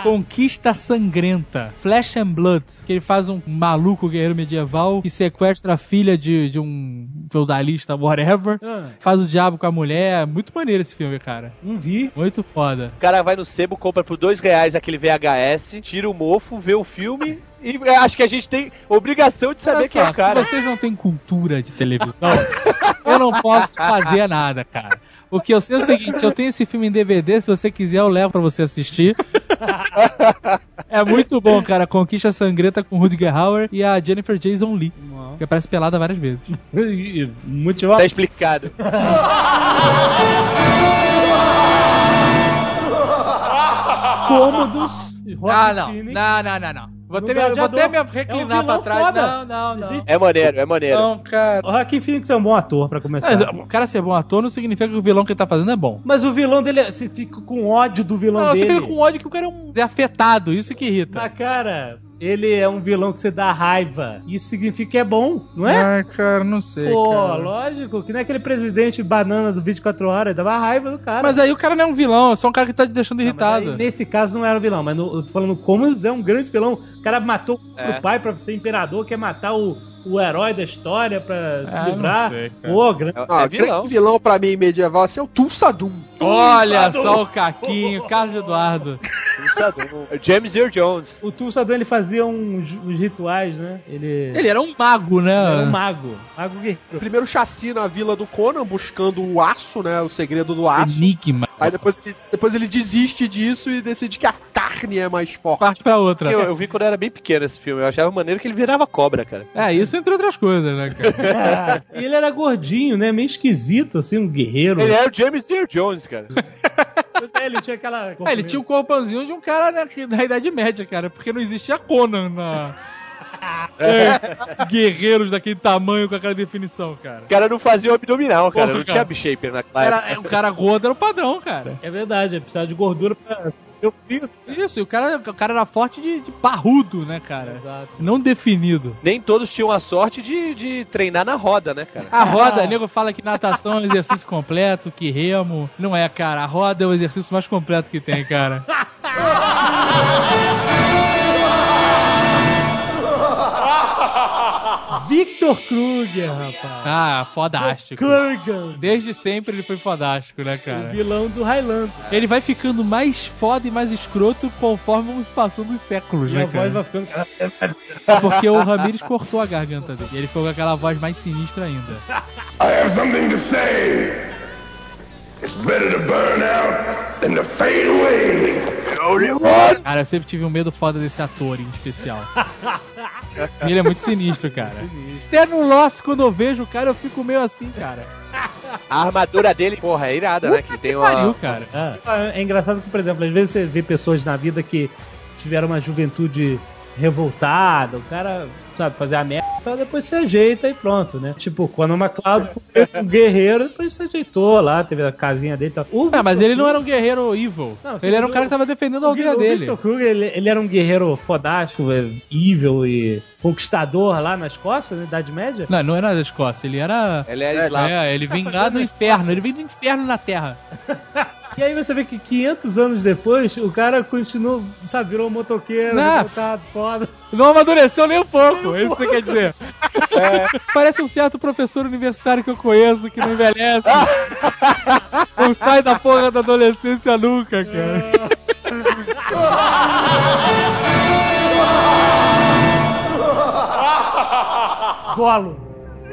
Speaker 5: Conquista Sangrenta. Flesh and Blood. Que ele faz um maluco guerreiro medieval que sequestra a filha de, de um feudalista, whatever.
Speaker 2: Ah.
Speaker 5: Faz o diabo com a mulher. Muito maneiro esse filme, cara.
Speaker 2: Não vi.
Speaker 5: Muito foda.
Speaker 4: O cara vai no sebo, compra por dois reais aquele VHS, tira o mofo, vê o filme e é, acho que a gente tem obrigação de saber
Speaker 5: Olha
Speaker 4: quem é
Speaker 5: só,
Speaker 4: o cara.
Speaker 5: Se vocês não têm cultura de televisão, eu não posso fazer nada, cara. Porque eu sei é o seguinte, eu tenho esse filme em DVD, se você quiser eu levo pra você assistir. é muito bom, cara. Conquista Sangrenta com Rudger Hauer e a Jennifer Jason Lee, que aparece pelada várias vezes.
Speaker 2: Muito
Speaker 4: Tá explicado.
Speaker 2: cômodos. Rock
Speaker 5: Ah, não.
Speaker 2: Phoenix.
Speaker 5: Não, não, não, não. Vou
Speaker 2: No
Speaker 5: até, me, vou
Speaker 2: Gladiador.
Speaker 5: até me
Speaker 2: É um
Speaker 5: reclinar
Speaker 2: vilão
Speaker 5: pra trás.
Speaker 2: foda.
Speaker 5: Não, não, não.
Speaker 2: Existe-
Speaker 4: É maneiro, é maneiro.
Speaker 5: Não, cara.
Speaker 2: O Joaquin Phoenix é um bom ator, pra começar.
Speaker 5: Mas, o cara ser bom ator não significa que o vilão que ele tá fazendo é bom.
Speaker 2: Mas o vilão dele, é- você fica com ódio do vilão
Speaker 5: Não, você
Speaker 2: dele.
Speaker 5: fica com ódio que o cara é um é afetado, isso que irrita.
Speaker 2: Na cara, ele é um vilão que você dá raiva. Isso significa que é bom, não é?
Speaker 5: Ai, cara, não sei.
Speaker 2: Pô,
Speaker 5: cara.
Speaker 2: lógico, que nem aquele presidente banana do 24 horas, dava raiva do cara.
Speaker 5: Mas aí o cara não é um vilão, é só um cara que tá te deixando
Speaker 2: Não, mas
Speaker 5: irritado.
Speaker 2: aí, nesse caso não era um vilão, mas no, eu tô falando Cômodos é um grande vilão. O cara matou
Speaker 4: É.
Speaker 2: pro pai pra ser imperador, quer matar o, o herói da história pra se
Speaker 5: Ah,
Speaker 2: livrar.
Speaker 5: não sei, cara.
Speaker 2: Pô, grande.
Speaker 4: É,
Speaker 3: Ah,
Speaker 4: é vilão.
Speaker 3: grande vilão pra mim medieval assim, é o Tulsadum.
Speaker 5: Olha só
Speaker 2: (laughs)
Speaker 5: o Caquinho, Carlos Eduardo.
Speaker 4: Pensador. É James Earl Jones.
Speaker 2: O Tulsador ele fazia uns, uns rituais, né? Ele,
Speaker 5: Ele era um mago, né?
Speaker 2: era um mago. Mago guerreiro.
Speaker 3: Primeiro chassi na vila do Conan, buscando o aço, né? O segredo do aço.
Speaker 5: Enigma.
Speaker 3: Aí depois, ele- depois ele desiste disso e decide que a carne é mais forte.
Speaker 5: Parte pra outra.
Speaker 4: Eu, eu vi quando eu era bem pequeno esse filme. Eu achava maneiro que ele virava cobra, cara.
Speaker 5: É, isso entre outras coisas, né, cara?
Speaker 2: É, E ele era gordinho, né? Meio esquisito, assim, um guerreiro.
Speaker 4: Ele era o James Earl Jones, cara.
Speaker 2: É, ele tinha aquela.
Speaker 5: É, ele tinha o corpãozinho de um cara na, na Idade Média, cara, porque não existia
Speaker 2: (laughs)
Speaker 5: Conan na. É, guerreiros daquele tamanho com aquela definição, cara.
Speaker 4: O cara não fazia o abdominal, cara.
Speaker 5: Porra,
Speaker 4: não
Speaker 5: cara.
Speaker 4: tinha B-shaper naquela época.
Speaker 5: Era, é, o cara gordo era o padrão, cara.
Speaker 2: É verdade, é precisava de gordura pra ter o filho.
Speaker 5: Isso, e o cara, o cara era forte de, de parrudo, né, cara? Não definido.
Speaker 4: Nem todos tinham a sorte de, de treinar na roda, né, cara?
Speaker 5: A roda, nego fala que natação é um exercício completo, que remo. Não é, cara. A roda é o exercício mais completo que tem, cara.
Speaker 2: Victor Kruger, rapaz.
Speaker 5: Ah, fodástico.
Speaker 2: Kurgan.
Speaker 5: Desde sempre ele foi fodástico, né, cara?
Speaker 2: Vilão do Highlander.
Speaker 5: Ele vai ficando mais foda e mais escroto conforme os passando dos séculos,
Speaker 2: Minha
Speaker 5: né,
Speaker 2: voz
Speaker 5: cara?
Speaker 2: vai ficando.
Speaker 5: Porque o Ramirez cortou a garganta dele. E ele ficou com aquela voz mais sinistra ainda.
Speaker 1: I have something to say. It's better to burn out than to fade away. Only one.
Speaker 5: Cara, eu sempre tive um medo foda desse ator em especial. ele é muito sinistro, cara. Até no Lost, quando eu vejo o cara, eu fico meio assim, cara.
Speaker 4: A armadura dele, porra, é irada, né? Que tem
Speaker 5: Pariu,
Speaker 4: uma.
Speaker 5: cara.
Speaker 2: Ah, É engraçado que, por exemplo, às vezes você vê pessoas na vida que tiveram uma juventude revoltada, o cara, sabe, fazer a merda, então depois você ajeita e pronto, né? Tipo, quando o McLeod foi um guerreiro, depois se ajeitou lá, teve a casinha dele e tal. O
Speaker 5: Ah, mas ele não era um guerreiro evil.
Speaker 2: Não, sim,
Speaker 5: ele era um
Speaker 2: o-
Speaker 5: cara que tava defendendo a
Speaker 2: O
Speaker 5: aldeia dele.
Speaker 2: Victor Kruger, ele, ele era um guerreiro fodástico, eh, evil e conquistador lá na Escócia, na Idade Média.
Speaker 5: Não, não era da Escócia, ele era.
Speaker 4: Ele é eslavo.
Speaker 5: É, ele vem lá do inferno, ele vem do inferno na terra.
Speaker 2: E aí você vê que 500 anos depois, o cara continuou, sabe, virou um motoqueiro,
Speaker 5: Não.
Speaker 2: revoltado, foda.
Speaker 5: Não amadureceu nem um pouco, isso você quer
Speaker 2: (laughs)
Speaker 5: dizer.
Speaker 2: É.
Speaker 5: Parece um certo professor universitário que eu conheço que
Speaker 2: (laughs)
Speaker 5: não envelhece. não sai da porra da adolescência
Speaker 2: É.
Speaker 5: nunca, cara.
Speaker 2: Golo.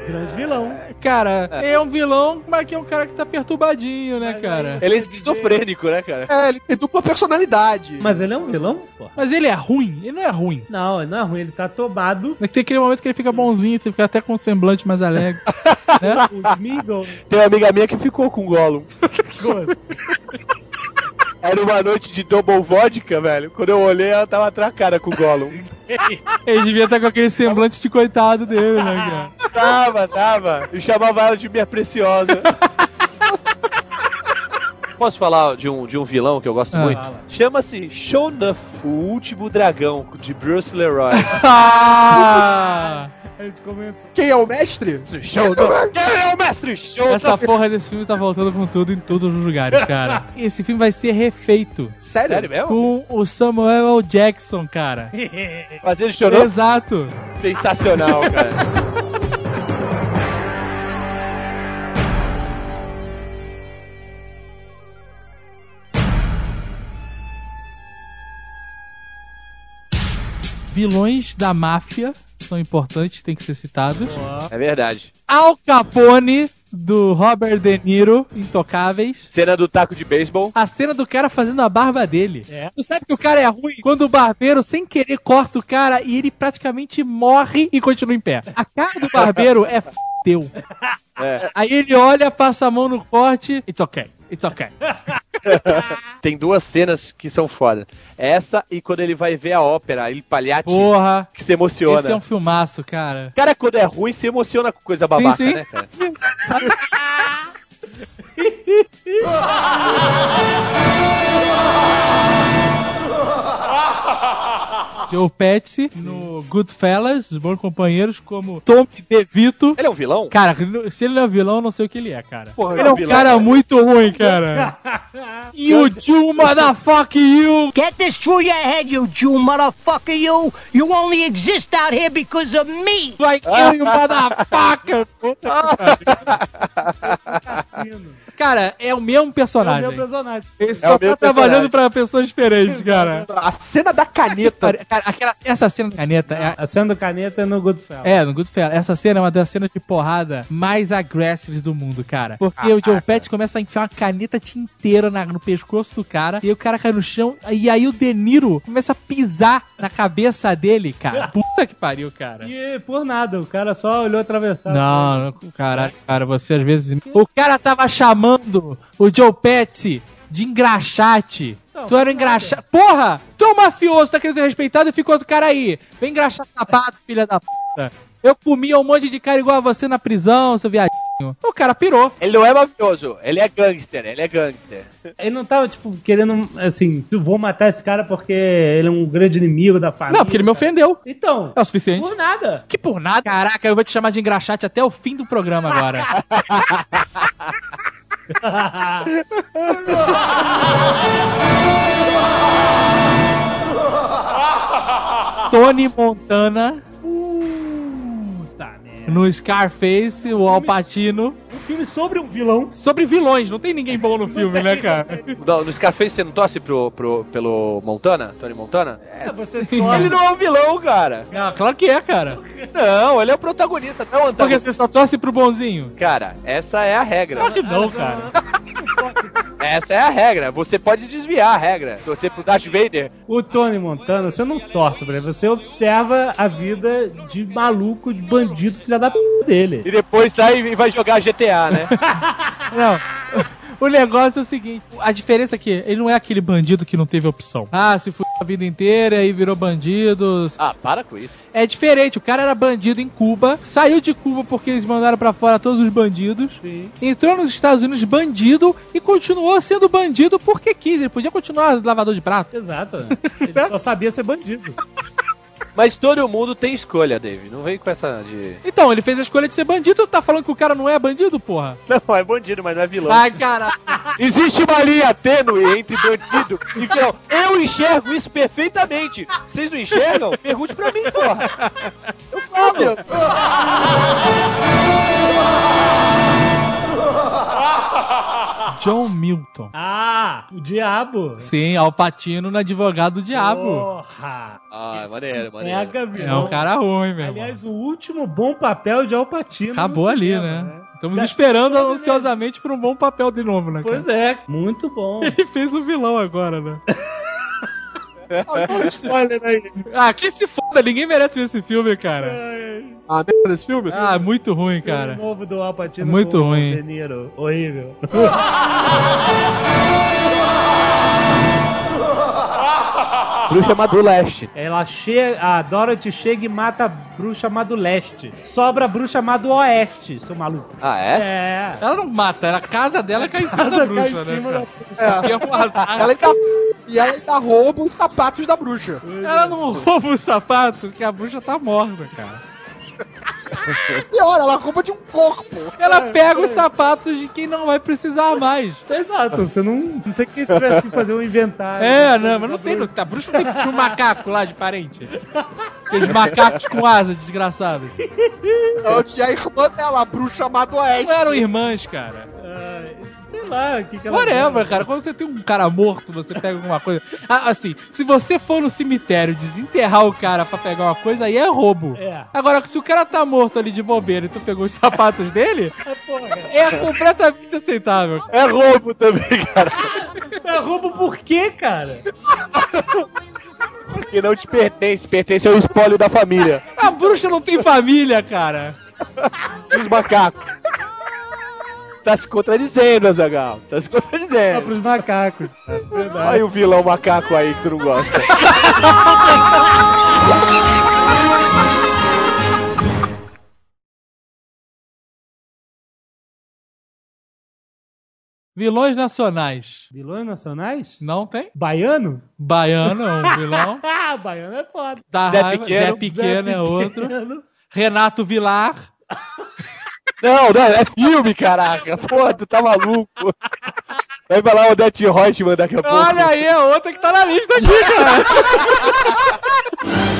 Speaker 2: Grande vilão.
Speaker 5: Cara, é um vilão, mas que é um cara que tá perturbadinho, né, cara?
Speaker 4: Ele é esquizofrênico, né, cara?
Speaker 3: É, ele tem dupla personalidade.
Speaker 2: Mas ele é um vilão, pô.
Speaker 5: Mas ele é ruim? Ele não é ruim.
Speaker 2: Não, ele não é ruim, ele tá tomado.
Speaker 5: Tem aquele momento que ele fica bonzinho, você fica até com um semblante mais alegre.
Speaker 2: O (laughs)
Speaker 5: (laughs)
Speaker 2: Smeagol.
Speaker 4: Tem uma amiga minha que ficou com o Gollum.
Speaker 2: Gosto.
Speaker 4: Era uma noite de double vodka, velho. Quando eu olhei, ela tava atracada com o Gollum.
Speaker 5: Ele devia estar com aquele semblante de coitado dele, né, cara? (laughs)
Speaker 4: tava, tava. E chamava ela de minha preciosa. (laughs) posso falar de um, de um vilão que eu gosto
Speaker 5: Ah.
Speaker 4: muito?
Speaker 2: Fala.
Speaker 4: Chama-se Shonuff, o último dragão de Bruce (laughs) Leroy.
Speaker 5: Ah!
Speaker 2: A gente comentou.
Speaker 3: Quem é o mestre?
Speaker 4: Shonuff! Quem é o mestre Shonuff?
Speaker 5: Essa porra desse filme tá voltando com tudo em todos os lugares, cara. (laughs) Esse filme vai ser refeito
Speaker 3: Sério?
Speaker 4: Sério mesmo?
Speaker 5: com o Samuel L. Jackson, cara.
Speaker 4: Fazer ele chorou?
Speaker 5: Exato.
Speaker 4: Sensacional, cara.
Speaker 5: Vilões da máfia são importantes, têm que ser citados.
Speaker 4: É verdade.
Speaker 5: Al Capone do Robert De Niro, intocáveis.
Speaker 4: Cena do taco de beisebol.
Speaker 5: A cena do cara fazendo a barba dele.
Speaker 2: É.
Speaker 5: Tu sabe que o cara é ruim quando o barbeiro, sem querer, corta o cara e ele praticamente morre e continua em pé. A cara do barbeiro é f*** teu.
Speaker 4: É.
Speaker 5: Aí ele olha, passa a mão no corte. It's okay. It's okay.
Speaker 4: Tem duas cenas que são foda. Essa e quando ele vai ver a ópera, ele palhate,
Speaker 5: Porra.
Speaker 4: que se emociona.
Speaker 5: Esse é um filmaço, cara.
Speaker 4: O cara, quando é ruim, se emociona com coisa babaca,
Speaker 5: sim.
Speaker 4: né, cara?
Speaker 5: Joe Pesci no Goodfellas, os bons companheiros, como Tom DeVito.
Speaker 4: Ele é um vilão?
Speaker 5: Cara, se ele não é vilão, eu não sei o que ele é, cara.
Speaker 4: Porra,
Speaker 5: ele é um
Speaker 4: vilão,
Speaker 5: cara
Speaker 4: cara.
Speaker 5: muito ruim,
Speaker 4: (laughs)
Speaker 5: cara. you Jew, motherfucker, you!
Speaker 7: Get this through your head, you Jew motherfucker, you! You only exist out here because of me!
Speaker 5: I kill you, motherfucker! Puta que pariu.
Speaker 2: Cassino.
Speaker 5: cara, é o mesmo
Speaker 2: É o
Speaker 5: personagem.
Speaker 2: meu personagem.
Speaker 5: Ele só
Speaker 4: é o
Speaker 5: tá
Speaker 4: mesmo
Speaker 5: trabalhando pra pessoas diferentes, cara.
Speaker 3: A cena da caneta.
Speaker 5: Cara, aquela- essa cena da caneta é,
Speaker 2: A cena do caneta no Goodfellas.
Speaker 5: É, no Goodfellas. Essa cena é uma das cenas de porrada mais agressivas do mundo, cara. Porque o John Petty começa a enfiar uma caneta tinteira na- no pescoço do cara, e aí o cara cai no chão, e aí o De Niro começa a pisar na cabeça dele, cara. Puta que pariu, cara.
Speaker 2: E por nada, o cara só olhou atravessado.
Speaker 5: É. Não, não, caralho,
Speaker 2: É.
Speaker 5: cara, você às vezes... O cara tava chamando o Joe Petty de engraxate.
Speaker 2: Não, é
Speaker 5: tu era engraxate. Porra! Tu é um mafioso, tá querendo ser respeitado e ficou outro cara aí. Vem engraxar sapato, filha da puta. Eu comia um monte de cara igual a você na prisão, seu viadinho. O cara pirou.
Speaker 4: (laughs) Ele não é mafioso, ele é gangster, ele é gangster.
Speaker 2: Ele não tava, tipo, querendo, assim, tu vou matar esse cara porque ele é um grande inimigo da família.
Speaker 5: Não, porque ele me
Speaker 2: cara.
Speaker 5: ofendeu.
Speaker 2: Então,
Speaker 5: É o suficiente.
Speaker 2: por nada.
Speaker 5: Que por nada. Caraca, eu vou te chamar de engraxate até o fim do programa (laughs) agora. Tony Montana
Speaker 2: Puta merda.
Speaker 5: no Scarface, o Al Pacino.
Speaker 2: Um filme sobre um vilão.
Speaker 5: Sobre vilões, não tem ninguém bom no filme, né, cara?
Speaker 4: No, no Scarface você não torce pro, pro- pelo Montana? Tony Montana?
Speaker 2: Você
Speaker 4: Ele não é um vilão, cara.
Speaker 5: Não, claro que é, cara.
Speaker 4: Não, ele é o protagonista, não é o
Speaker 5: Porque
Speaker 4: antagonista.
Speaker 5: você só torce pro bonzinho.
Speaker 4: Cara, essa é
Speaker 5: (laughs)
Speaker 4: a regra.
Speaker 5: Claro que não, cara.
Speaker 4: Essa é a regra. Você pode desviar a regra. Torcer pro Darth Vader.
Speaker 2: O Tony Montana, você não torce pra ele, você observa a vida de maluco, de bandido, filha da p dele.
Speaker 4: E depois sai e vai jogar GTA, né?
Speaker 5: Não. (laughs) O negócio é o seguinte, a diferença é que ele não é aquele bandido que não teve opção. Ah, se foi a vida inteira e virou bandido.
Speaker 4: (laughs) ah, para com isso.
Speaker 5: É diferente, o cara era bandido em Cuba, saiu de Cuba porque eles mandaram pra fora todos os bandidos,
Speaker 2: Sim.
Speaker 5: entrou nos Estados Unidos bandido e continuou sendo bandido porque quis, ele podia continuar lavador de
Speaker 2: (laughs)
Speaker 5: prato.
Speaker 2: Exato. né? Ele só sabia ser bandido.
Speaker 4: Mas todo mundo tem escolha, Dave. Não vem com essa de.
Speaker 5: Então, ele fez a escolha de ser bandido, tá falando que o cara não é bandido, porra?
Speaker 4: Não, é bandido, mas não é vilão.
Speaker 5: Ai, caralho.
Speaker 4: Ah, Existe uma linha tênue entre bandido e vilão. Eu enxergo isso perfeitamente. Vocês não enxergam? Pergunte pra mim, porra. Eu
Speaker 3: Ah,
Speaker 4: falo.
Speaker 5: John Milton.
Speaker 2: Ah, o diabo.
Speaker 5: Sim, Alpatino na advogado do diabo.
Speaker 2: Porra.
Speaker 4: Ah,
Speaker 2: Esse
Speaker 4: maneiro, maneiro.
Speaker 2: Pega,
Speaker 5: É um cara ruim, meu irmão.
Speaker 2: Aliás, o último bom papel de Alpatino.
Speaker 5: Acabou ali, né? Estamos esperando ansiosamente por um bom papel de novo, né?
Speaker 2: Pois
Speaker 5: Cara? (laughs)
Speaker 2: é, muito (laughs) bom.
Speaker 5: Ele fez o vilão agora, né?
Speaker 2: Olha o um spoiler aí.
Speaker 5: (laughs) Ah, que se foda, ninguém merece ver esse filme, cara.
Speaker 2: Ai,
Speaker 3: A merda desse filme?
Speaker 5: Ah, muito ruim,
Speaker 2: O
Speaker 5: cara. É
Speaker 2: novo do Alpatino.
Speaker 5: Muito
Speaker 2: com o
Speaker 5: ruim.
Speaker 2: De Niro. Horrível.
Speaker 4: Bruxa é Maduleste.
Speaker 2: Ela che... A Dorothy chega e mata a bruxa má do leste. Sobra a bruxa má do oeste, seu maluco.
Speaker 4: Ah, é?
Speaker 2: É.
Speaker 5: Ela não mata, era a casa dela cai em cima da
Speaker 2: Casa cai
Speaker 5: bruxa,
Speaker 2: em
Speaker 5: né?
Speaker 2: cima
Speaker 5: cara?
Speaker 2: da
Speaker 5: (laughs)
Speaker 3: É.
Speaker 5: Que é um azar.
Speaker 3: Ela ainda, e ela ainda rouba os sapatos da bruxa.
Speaker 5: Ela não rouba o sapato, que a bruxa tá morta, cara.
Speaker 3: Pior, ela rouba de um corpo.
Speaker 5: Ela pega os sapatos de quem não vai precisar mais.
Speaker 2: Exato, você não. Não sei que tivesse que fazer um inventário.
Speaker 5: É, não, mas não tem. não- A bruxa não tem tinha um macaco lá de parente. Aqueles macacos com asa, desgraçados.
Speaker 3: Eu tinha a irmã dela, a bruxa Madoeste.
Speaker 5: Não eram irmãs, cara.
Speaker 2: Ah, sei lá, o que, que ela.
Speaker 5: Whatever, cara. Quando você tem um cara morto, você pega alguma coisa. Ah, assim, se você for no cemitério desenterrar o cara pra pegar uma coisa, aí é roubo.
Speaker 2: É.
Speaker 5: Agora, se o cara tá morto ali de bobeira e tu pegou os sapatos dele,
Speaker 2: É, porra.
Speaker 5: é completamente aceitável.
Speaker 4: É roubo também, cara.
Speaker 2: É roubo por quê, cara?
Speaker 4: Porque não te pertence, pertence ao espólio da família.
Speaker 5: A bruxa não tem família, cara.
Speaker 4: Os macacos. Tá se contradizendo, Azagal. Tá se
Speaker 2: É
Speaker 4: contradizendo.
Speaker 2: pros macacos. cara. Verdade.
Speaker 4: Olha o vilão macaco aí que tu não gosta.
Speaker 5: Vilões nacionais.
Speaker 2: Vilões nacionais?
Speaker 5: Não tem?
Speaker 2: Baiano?
Speaker 5: Baiano é um vilão.
Speaker 2: Ah, baiano é foda.
Speaker 5: Da
Speaker 4: Zé
Speaker 5: raiva.
Speaker 4: Pequeno.
Speaker 5: Zé Pequeno é outro. Renato Vilar.
Speaker 4: Não, não, é filme, caraca. Pô, tu tá maluco. Vai falar o Death Hotman daqui a pouco.
Speaker 5: Olha aí, é outra que tá na lista aqui, cara.